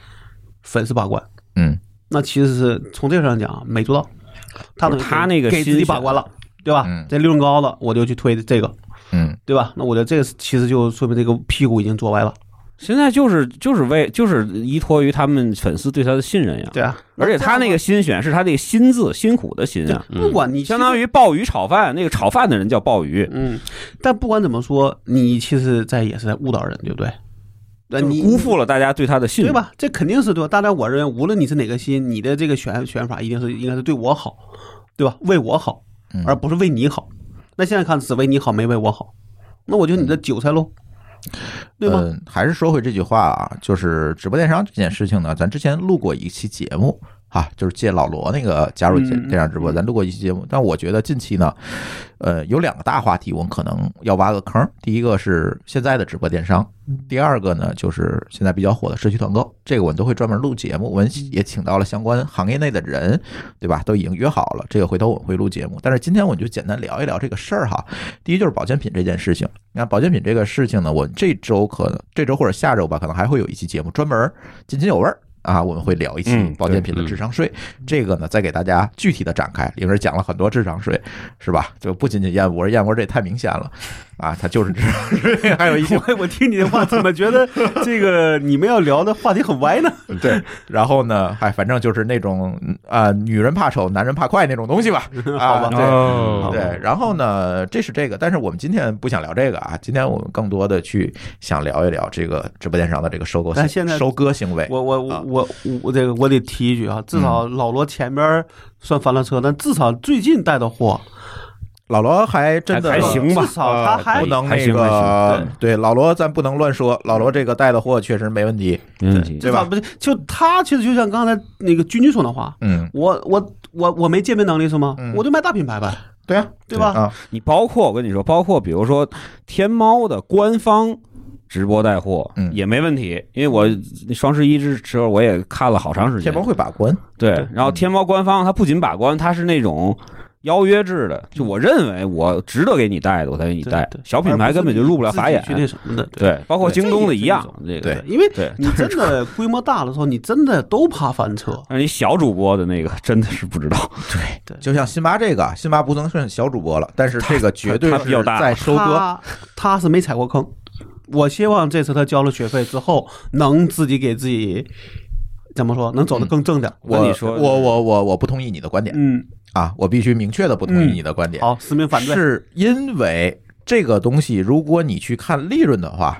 S2: 粉丝把关。
S1: 嗯
S2: 那其实是从这个上讲啊没做到，他
S5: 不是他那个
S2: 给自
S5: 新
S2: 己
S5: 选
S2: 把关了，对吧
S1: 嗯？
S2: 这利润高了，我就去推这个，
S1: 嗯
S2: 对吧？那我觉得这个其实就说明这个屁股已经坐歪了，
S5: 现在就是就是为就是依托于他们粉丝对他的信任呀。
S2: 对啊。
S5: 而且他那个心选是他那个心字辛苦的辛啊，
S2: 不管你
S5: 相当
S2: 于。
S5: 于鲍鱼炒饭，那个炒饭的人叫鲍鱼，
S2: 嗯，但不管怎么说，你其实在也是在误导人，对不对？那
S5: 就是
S2: 你
S5: 辜负了大家对他的信
S2: 对
S5: 任。
S2: 吧？这肯定是对吧？当然，我认为无论你是哪个心，你的这个选选法一定是应该是对我好，对吧？为我好，
S1: 嗯
S2: 而不是为你好。那现在看只为你好，没为我好，那我觉得你的韭菜喽，对 吗？
S1: 嗯，还是说回这句话啊，就是直播电商这件事情呢，咱之前录过一期节目啊，就是借老罗那个加入电
S2: 嗯
S1: 电商直播，咱录过一期节目。但我觉得近期呢，呃，有两个大话题，我们可能要挖个坑。第一个是现在的直播电商，
S2: 嗯
S1: 第二个呢就是现在比较火的社区团购，这个我们都会专门录节目，我们
S2: 嗯
S1: 也请到了相关行业内的人，对吧？都已经约好了，这个回头我们会录节目。但是今天我们就简单聊一聊这个事儿哈。第一就是保健品这件事情。那保健品这个事情呢，我这周可能这周或者下周吧，可能还会有一期节目专门津津有味儿。啊，我们会聊一期
S5: 嗯
S1: 保健品的
S4: 对嗯
S1: 智商税，这个呢，再给大家具体的展开。里面讲了很多智商税，是吧？就不仅仅燕窝，燕窝这也太明显了，啊，它就是智商税，还有一些
S2: 我我听你的话，怎么觉得这个你们要聊的话题很歪呢？
S1: 对，然后呢，哎，反正就是那种嗯啊、女人怕丑，男人怕快那种东西吧，啊，
S2: 嗯好吧
S1: 对。
S5: 哦
S1: 对，然后呢，这是这个，但是我们今天不想聊这个啊，今天我们更多的去想聊一聊这个直播电商的这个收购行，
S2: 但现在
S1: 收割行
S5: 哎
S1: 为，
S2: 我我
S1: 啊
S2: 我我我这个我得提一句啊，至
S5: 嗯
S2: 少老罗前边算翻了车，但至少最近带的货
S1: 老罗还真的呃
S5: 还行吧啊
S2: 至少他还
S1: 不能
S5: 还
S1: 那
S5: 行还
S1: 个
S5: 行，
S1: 对老罗咱不能乱说，老罗这个带的货确实没问题，
S5: 没问题。
S1: 对吧
S2: 至少不是，就他其实就像刚才那个君君说的话，
S1: 嗯，
S2: 我我我我没鉴别能力是吗
S1: 嗯？
S2: 我就卖大品牌呗，
S1: 对啊，
S2: 对吧？
S1: 啊，
S5: 你包括我跟你说，包括比如说天猫的官方直播带货
S1: 嗯
S5: 也没问题，因为我双十一之时候我也看了好长时间
S1: 天猫。会把关，
S5: 对，然后
S2: 嗯
S5: 天猫官方它不仅把关，它是那种。邀约制的，就我认为我值得给你带的，我才给你带
S2: 嗯对。对
S5: 小品牌根本就入不了法眼
S2: 自，己去那什么的，
S5: 对，包括
S2: 对
S5: 京东的一样。这
S1: 对
S5: 个，
S2: 因为
S5: 对，
S2: 你真的规模大了之后，你真的都怕翻 车。
S5: 但是你小主播的那个真的是不知道。
S1: 就像辛巴这个，辛巴不能算小主播了，但是这个绝对
S5: 他他比较
S1: 是
S5: 大
S1: 在收割。
S2: 他他是没踩过坑。我希望这次他交了学费之后，能自己给自己怎么说，能
S5: 嗯
S2: 走得更正点。
S1: 我
S5: 那你说
S1: 我我我我不同意你的观点
S2: 嗯，
S1: 啊！我必须明确的不同
S5: 嗯
S1: 意你的观点，
S2: 好，实名反对。
S1: 是因为这个东西，如果你去看利润的话，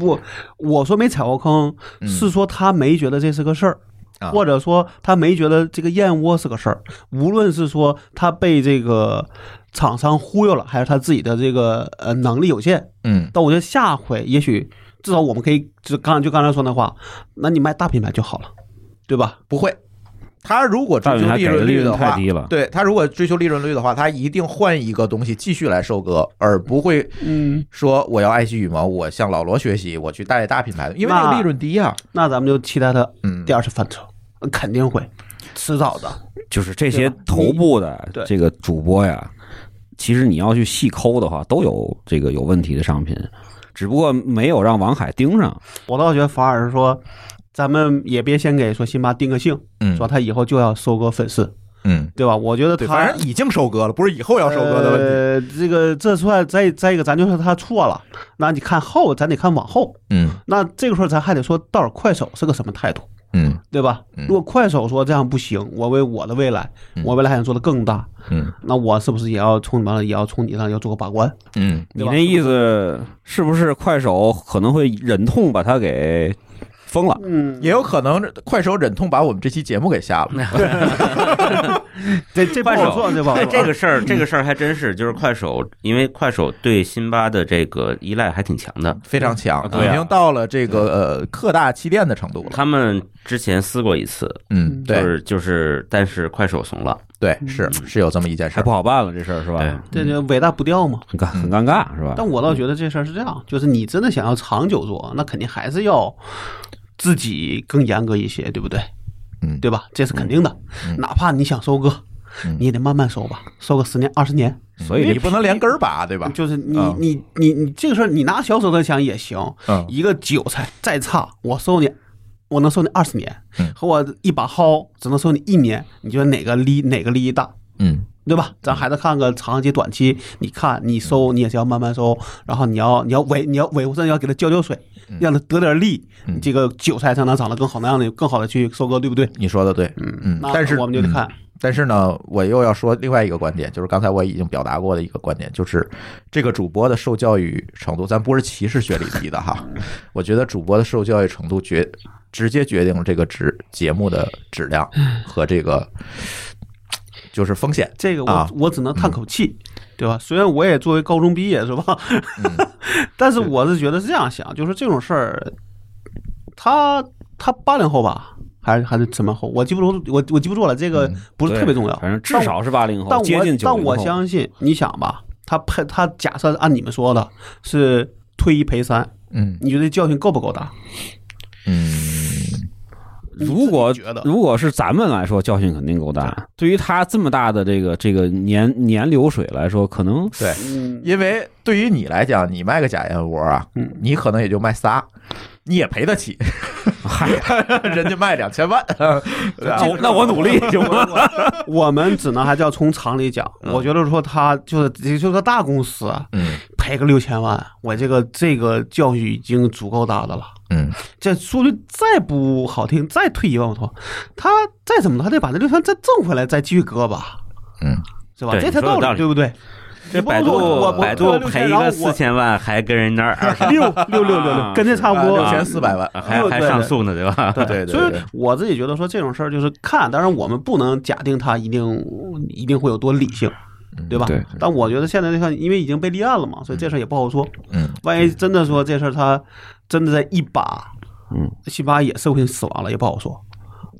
S2: 我我说没踩过坑，
S1: 嗯
S2: 是说他没觉得这是个事儿。
S1: 啊
S2: 或者说他没觉得这个燕窝是个事儿，无论是说他被这个厂商忽悠了，还是他自己的这个呃能力有限，
S1: 嗯
S2: 但我觉得下回也许至少我们可以就刚就刚才说那话，那你卖大品牌就好了，对吧？
S1: 不会。他如果追
S5: 大品
S1: 求
S5: 牌
S1: 利
S5: 给的
S1: 润
S5: 利
S1: 率的
S5: 润太
S1: 话，
S5: 低了。
S1: 对他如果追求利润率的话，他一定换一个东西继续来收割，而不会
S2: 嗯，
S1: 说我要爱惜羽毛，我向老罗学习，我去带大品牌的，因为那个
S2: 那
S1: 利润低啊。
S2: 那咱们就期待他
S1: 嗯
S2: 第，二次翻车，肯定会，迟早的。
S5: 就是这些
S2: 对吧
S5: 头部的
S2: 你对
S5: 这个主播呀，其实你要去细抠的话，都有这个有问题的商品，只不过没有让王海盯上。
S2: 我倒觉得反而是说，咱们也别先给说辛巴定个性，
S1: 嗯
S2: 说他以后就要收割粉丝，
S1: 嗯，
S2: 对吧？我觉得
S1: 对，
S2: 他
S1: 反正已经收割了，不是以后要收割的问题。
S2: 呃，这个这算再再一个，咱就说他错了。那你看后，咱得看往后。
S1: 嗯
S2: 那这个时候，咱还得说到底快手是个什么态度，
S1: 嗯
S2: 对吧
S1: 嗯？
S2: 如果快手说这样不行，我为我的未来
S1: 嗯，
S2: 我未来还想做的更大，
S1: 嗯
S2: 那我是不是也要从你们也要从你那里要做个把关？
S1: 嗯，
S5: 你那意思是不是快手可能会忍痛把它给封了？
S2: 嗯
S1: 也有可能快手忍痛把我们这期节目给下了。
S2: 这这不
S4: 快手
S2: 好说，这 不好说。
S4: 这个事
S1: 嗯
S4: 儿，这个事儿还真是，就是快手，因为快手对辛巴的这个依赖还挺强的。
S1: 非常强，
S4: 对
S1: 已
S4: 啊
S1: 经到了这个呃客大欺店的程度了。
S4: 他们之前撕过一次，
S1: 嗯，
S4: 就
S1: 对
S4: 是就是，但是快手怂了，
S1: 对，是是有这么一件事
S5: 还
S1: 儿
S5: 不。好办了，这事儿是吧？
S4: 对
S2: 这这伟大不掉嘛。
S5: 很尴很尴尬是吧？
S2: 哎嗯但我倒觉得这事儿是这样，就是你真的想要长久做，那肯定还是要自己更严格一些，对不对？
S1: 嗯
S2: 对吧？这是肯定的，哪怕你想收割
S1: 嗯，
S2: 你也得慢慢收吧，收个十年二十年，
S5: 所以
S1: 你不能连根儿拔，对吧？
S2: 就是你
S1: 嗯
S2: 你你你这个事儿，你拿小手头想也行。
S1: 嗯
S2: 一个韭菜再差，我收你，我能收你二十年
S1: 嗯，
S2: 和我一把薅只能收你一年，你觉得哪个利哪个利益大？
S1: 嗯
S2: 对吧？咱还得看个长期、短期。你看，你
S1: 嗯
S2: 收你也是要慢慢收，然后你要你要维你要维护，甚至要给它浇浇水，让它得点力，
S1: 嗯
S2: 你这个韭菜才能长得更好，能让你更好的去收割，对不对？
S1: 你说的对，嗯嗯，
S2: 那
S1: 但是
S2: 我们就得
S1: 嗯
S2: 看，
S1: 但是呢，我又要说另外一个观点，就是刚才我已经表达过的一个观点，就是这个主播的受教育程度，咱不是歧视学理题的哈。我觉得主播的受教育程度决直接决定了这个质节目的质量和这个就是风险。
S2: 这个我、
S1: 啊嗯
S2: 我只能叹口气，对吧？虽然我也作为高中毕业是吧， 但是我是觉得是这样想，就是这种事儿，他他八零后吧，还是还是怎么后？我记不住，我我记不住了，这个
S1: 嗯
S2: 不是特别重要。
S5: 反正至少是八
S4: 哦
S5: 零
S2: 但
S5: 后，
S2: 我
S5: 接近九
S2: 但
S5: 零
S2: 我相信，你想吧，他赔他假设按你们说的是退一赔三，
S1: 嗯
S2: 你觉得教训够不够大？
S1: 嗯
S5: 如果
S2: 你自己觉得
S5: 如果是咱们来说，教训肯定够大。对于他这么大的这个这个年年流水来说，可能
S1: 对，
S2: 嗯，
S1: 因为对于你来讲，你卖个假燕窝啊，
S2: 嗯
S1: 你可能也就卖仨，你也赔得起。 人家卖两千万，对
S2: 啊
S1: 吧
S5: 那我努力行吗？
S2: 我们只能还是要从厂里讲。
S4: 嗯
S2: 我觉得说他就是就是个大公司，啊
S1: 嗯
S2: 赔个六千万，我这个这个教育已经足够大的了。
S1: 嗯
S2: 这说句再不好听，再退一万步说，他再怎么的，他得把这六千万再挣回来，再继续割吧，
S1: 嗯，
S2: 是吧？
S4: 对
S2: 这才
S4: 你说有
S2: 理，
S4: 道理
S2: 对不对？
S4: 这
S2: 你不能
S4: 百
S2: 说我
S4: 度
S2: 我
S4: 百
S2: 我
S4: 度
S2: 我
S4: 赔一
S2: 然后
S4: 个
S2: 我
S4: 四千万，还跟人 那儿二十
S2: 六六六六
S5: 啊
S2: 六，跟这差不多，
S1: 六千四百万，
S4: 还还上诉呢，对吧？
S1: 对对对
S2: 所以
S1: 对
S2: 我自己觉得说这种事儿就是看，当然我们不能假定他一定一定会有多理性，对吧？
S5: 对。
S2: 但我觉得现在就看，因为已经被立案了嘛，所以这事儿也不好说。
S1: 嗯，
S2: 万一真的说这事儿他真的在一把，
S5: 嗯，
S2: 辛巴也社会性死亡了，也不好说，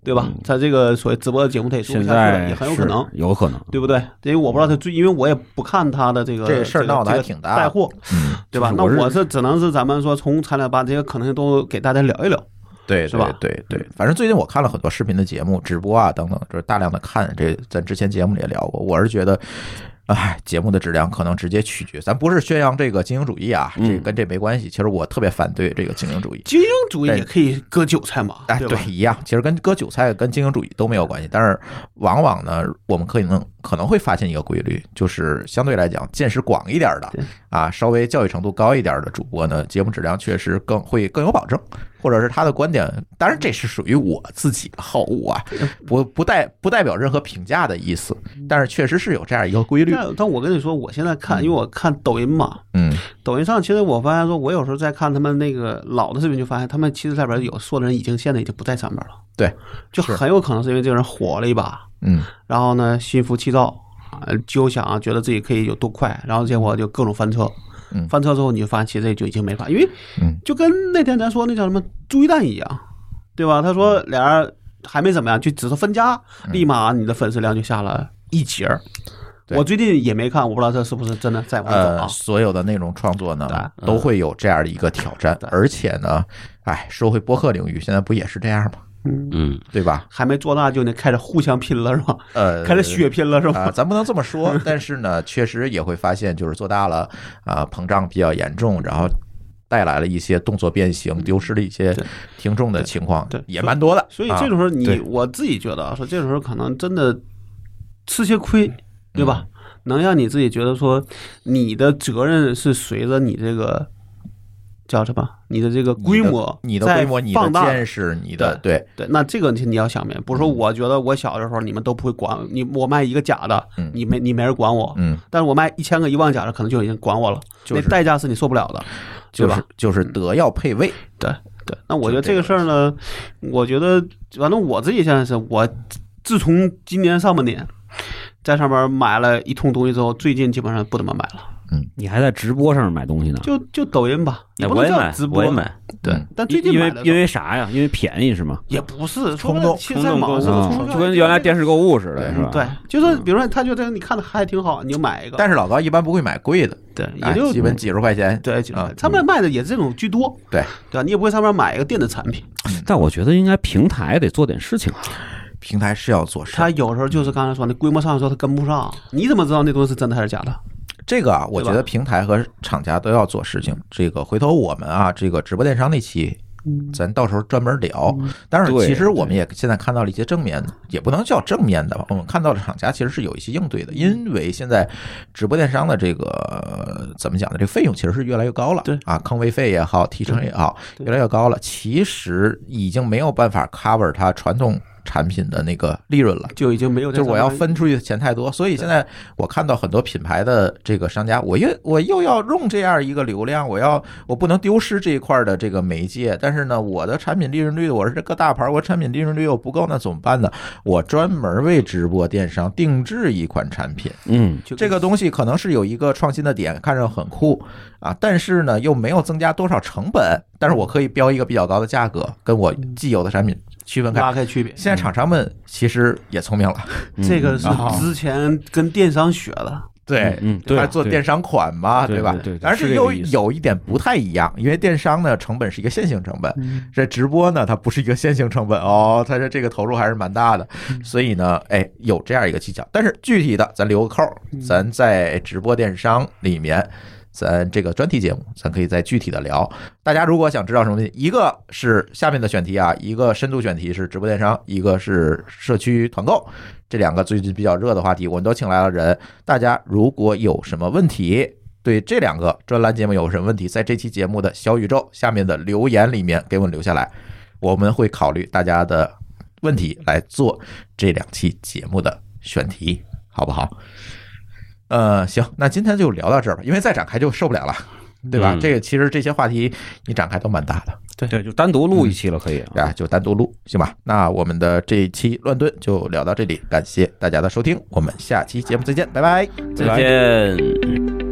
S2: 对吧？他这个所谓直播的节目他也做
S5: 现
S2: 不下去了，
S5: 在
S2: 也很有可能
S5: 是。有可能。
S2: 对不对？因为我不知道他最，因为我也不看他的这个
S1: 这事儿
S2: 个
S1: 闹得还
S2: 这个
S1: 挺大
S2: 带货，
S1: 嗯
S2: 对吧？
S5: 就是
S2: 那
S5: 我是
S2: 我是只能是咱们说从产两把这些可能性都给大家聊一聊。
S1: 对，
S2: 是吧
S1: 对对对，反正最近我看了很多视频的节目、直播啊等等，就是大量的看。这咱之前节目里也聊过，我是觉得。哎，节目的质量可能直接取决，咱不是宣扬这个精英主义啊，这
S5: 嗯
S1: 跟这没关系。其实我特别反对这个精英主义，
S2: 精英主义
S1: 对
S2: 也可以割韭菜嘛，
S1: 哎，
S2: 吧
S1: 对，？一样，其实跟割韭菜、跟精英主义都没有关系。但是，往往呢，我们可能可能会发现一个规律，就是相对来讲，见识广一点的
S2: 对
S1: 啊，稍微教育程度高一点的主播呢，节目质量确实更会更有保证，或者是他的观点。当然，这是属于我自己的好恶啊，不不代不代表任何评价的意思。
S2: 嗯
S1: 但是，确实是有这样一个规律。
S2: 但但我跟你说，我现在看，因为我看抖音嘛，
S1: 嗯
S2: 抖音上其实我发现说，我有时候在看他们那个老的视频，就发现他们其实上边有说的人已经现在已经不在上面了，
S1: 对，
S2: 就是很有可能是因为这个人火了一把，
S1: 嗯
S2: 然后呢心浮气躁。啊，就想啊觉得自己可以有多快，然后结果就各种翻车
S1: 嗯，
S2: 翻车之后你就发现其实这就已经没法，因为
S1: 嗯
S2: 就跟那天咱说那叫什么朱一蛋一样，对吧？他
S1: 嗯
S2: 说俩人还没怎么样，就只是分家，立马你的粉丝量就下了一截儿。
S1: 对
S2: 我最近也没看，我不知道这是不是真的在往走
S1: 呃，
S2: 啊？
S1: 所有的内容创作呢，
S2: 对嗯
S1: 都会有这样的一个挑战，而且呢，哎，说回播客领域，现在不也是这样吗？
S4: 嗯，
S1: 对吧？
S2: 还没做大就得开始互相拼了是吧？
S1: 呃，
S2: 开始血拼了是
S1: 啊、
S2: 吧？
S1: 咱不能这么说，但是呢，确实也会发现，就是做大了啊、膨胀比较严重，然后带来了一些动作变形，丢失了一些
S2: 对
S1: 听众的情况
S2: 对对，
S1: 也蛮多的。
S2: 所以
S1: 啊
S2: 这种时候你，
S1: 对
S2: 我自己觉得啊，说这种时候可能真的吃些亏，对
S1: 嗯
S2: 吧？能让你自己觉得说，你的责任是随着你这个叫什么，你的这个规模
S1: 你的
S2: 在
S1: 规模、你的
S2: 放大
S1: 见识、你的对，
S2: 对，那这个你你要想明白，不是说
S1: 嗯
S2: 我觉得我小的时候你们都不会管你，我卖一个假的
S1: 嗯，
S2: 你没你没人管我，
S1: 嗯，
S2: 但是我卖一千个一万假的，可能就已经管我了，
S1: 就
S2: 那
S1: 是
S2: 代价是你受不了的，
S1: 就
S2: 对
S1: 是
S2: 吧嗯
S1: 就是德要配位，
S2: 对对。那我觉
S1: 就
S2: 得
S1: 这
S2: 这
S1: 个
S2: 个事儿呢，我觉得反正我自己现在是我自从今年上半年在上面买了一通东西之后，最近基本上不怎么买了，
S5: 你还在直播上买东西呢？
S2: 就就抖音吧，也
S4: 哎
S2: 不
S4: 我
S2: 能
S4: 也
S2: 叫
S4: 买
S2: 直，播
S4: 我也，买，
S2: 对
S1: 嗯。
S2: 但最近
S5: 因
S2: 买
S5: 为
S2: 的
S5: 因为啥呀？因为便宜是吗？
S2: 也不是
S1: 冲动
S4: 冲动购物
S5: 啊
S4: 冲，
S5: 就跟原来
S2: 电。
S5: 电视购物似的，
S1: 对
S5: 是吧？
S2: 嗯对，就是比如说他觉得你看的还挺好，你就买一个，
S1: 但是老高一般不会买贵的，
S2: 对，
S1: 哎
S2: 也就
S1: 基本几十块钱，
S2: 对，几十
S1: 啊
S2: 块上面卖的也是这种居多，
S1: 对
S2: 对吧？你也不会上面买一个电子产品，
S5: 嗯但我觉得应该平台得做点事情啊。
S1: 平台是要做事儿。
S2: 它有时候就是刚才说的规模上说它跟不上，你怎么知道那东西是真的还是假的？
S1: 这个啊，我
S2: 对
S1: 觉
S2: 吧
S1: 得平台和厂家都要做事情。这个回头我们啊，这个直播电商那期。
S2: 嗯
S1: 咱到时候专门聊。当然，
S5: 对
S1: 其实我们也现在看到了一些正面的，也不能叫正面的吧。我们看到了厂家其实是有一些应对的，
S2: 嗯
S1: 因为现在直播电商的这个呃怎么讲呢？这个费用其实是越来越高了。
S2: 对
S1: 啊，坑位费也好，提成也好，
S2: 对
S1: 越来越高了。其实已经没有办法 cover 它传统产品的那个利润了。
S2: 就已经没有这
S1: 就是我要
S2: 上面
S1: 分出去的钱太多，所以现在我看到很多品牌的这个商家，我又我又要用这样一个流量，我要我不能丢失这一块的这个媒介，但是呢，我的产品利润率我是这个大牌，我产品利润率又不够，那怎么办呢？我专门为直播电商定制一款产品，
S5: 嗯，
S2: 就
S1: 这个东西可能是有一个创新的点，看着很酷啊，但是呢又没有增加多少成本，但是我可以标一个比较高的价格，跟我
S5: 嗯
S1: 既有的产品区分开。
S2: 拉开区别。
S1: 现在厂商们其实也聪明了。
S2: 这个是
S1: 啊
S2: 之前跟电商学的，
S1: 对，
S5: 嗯嗯嗯对
S1: 他做
S5: 对
S1: 电商款嘛，
S5: 对
S1: 吧
S5: 对对？对
S1: 但
S5: 是
S1: 是
S5: 这个
S1: 又
S5: 意思
S1: 有一点不太一样，因为电商呢成本是一个线性成本，这直播呢它不是一个线性成本哦，它的这个投入还是蛮大的，所以呢，哎，有这样一个技巧。但是具体的咱留个扣儿，咱在直播电商里面。咱这个专题节目，咱可以再具体的聊。大家如果想知道什么，一个是下面的选题啊，一个深度选题是直播电商，一个是社区团购，这两个最近比较热的话题，我们都请来了人。大家如果有什么问题，对这两个专栏节目有什么问题，在这期节目的小宇宙下面的留言里面给我们留下来，我们会考虑大家的问题来做这两期节目的选题，好不好？呃，行，那今天就聊到这儿吧，因为再展开就受不了了。对吧？
S4: 嗯
S1: 这个其实这些话题你展开都蛮大的，
S5: 对，就单独录一期了，可以啊。
S1: 啊，就单独录行吧？那我们的这一期乱炖就聊到这里，感谢大家的收听，我们下期节目再见，拜拜。
S2: 啊
S4: 再见。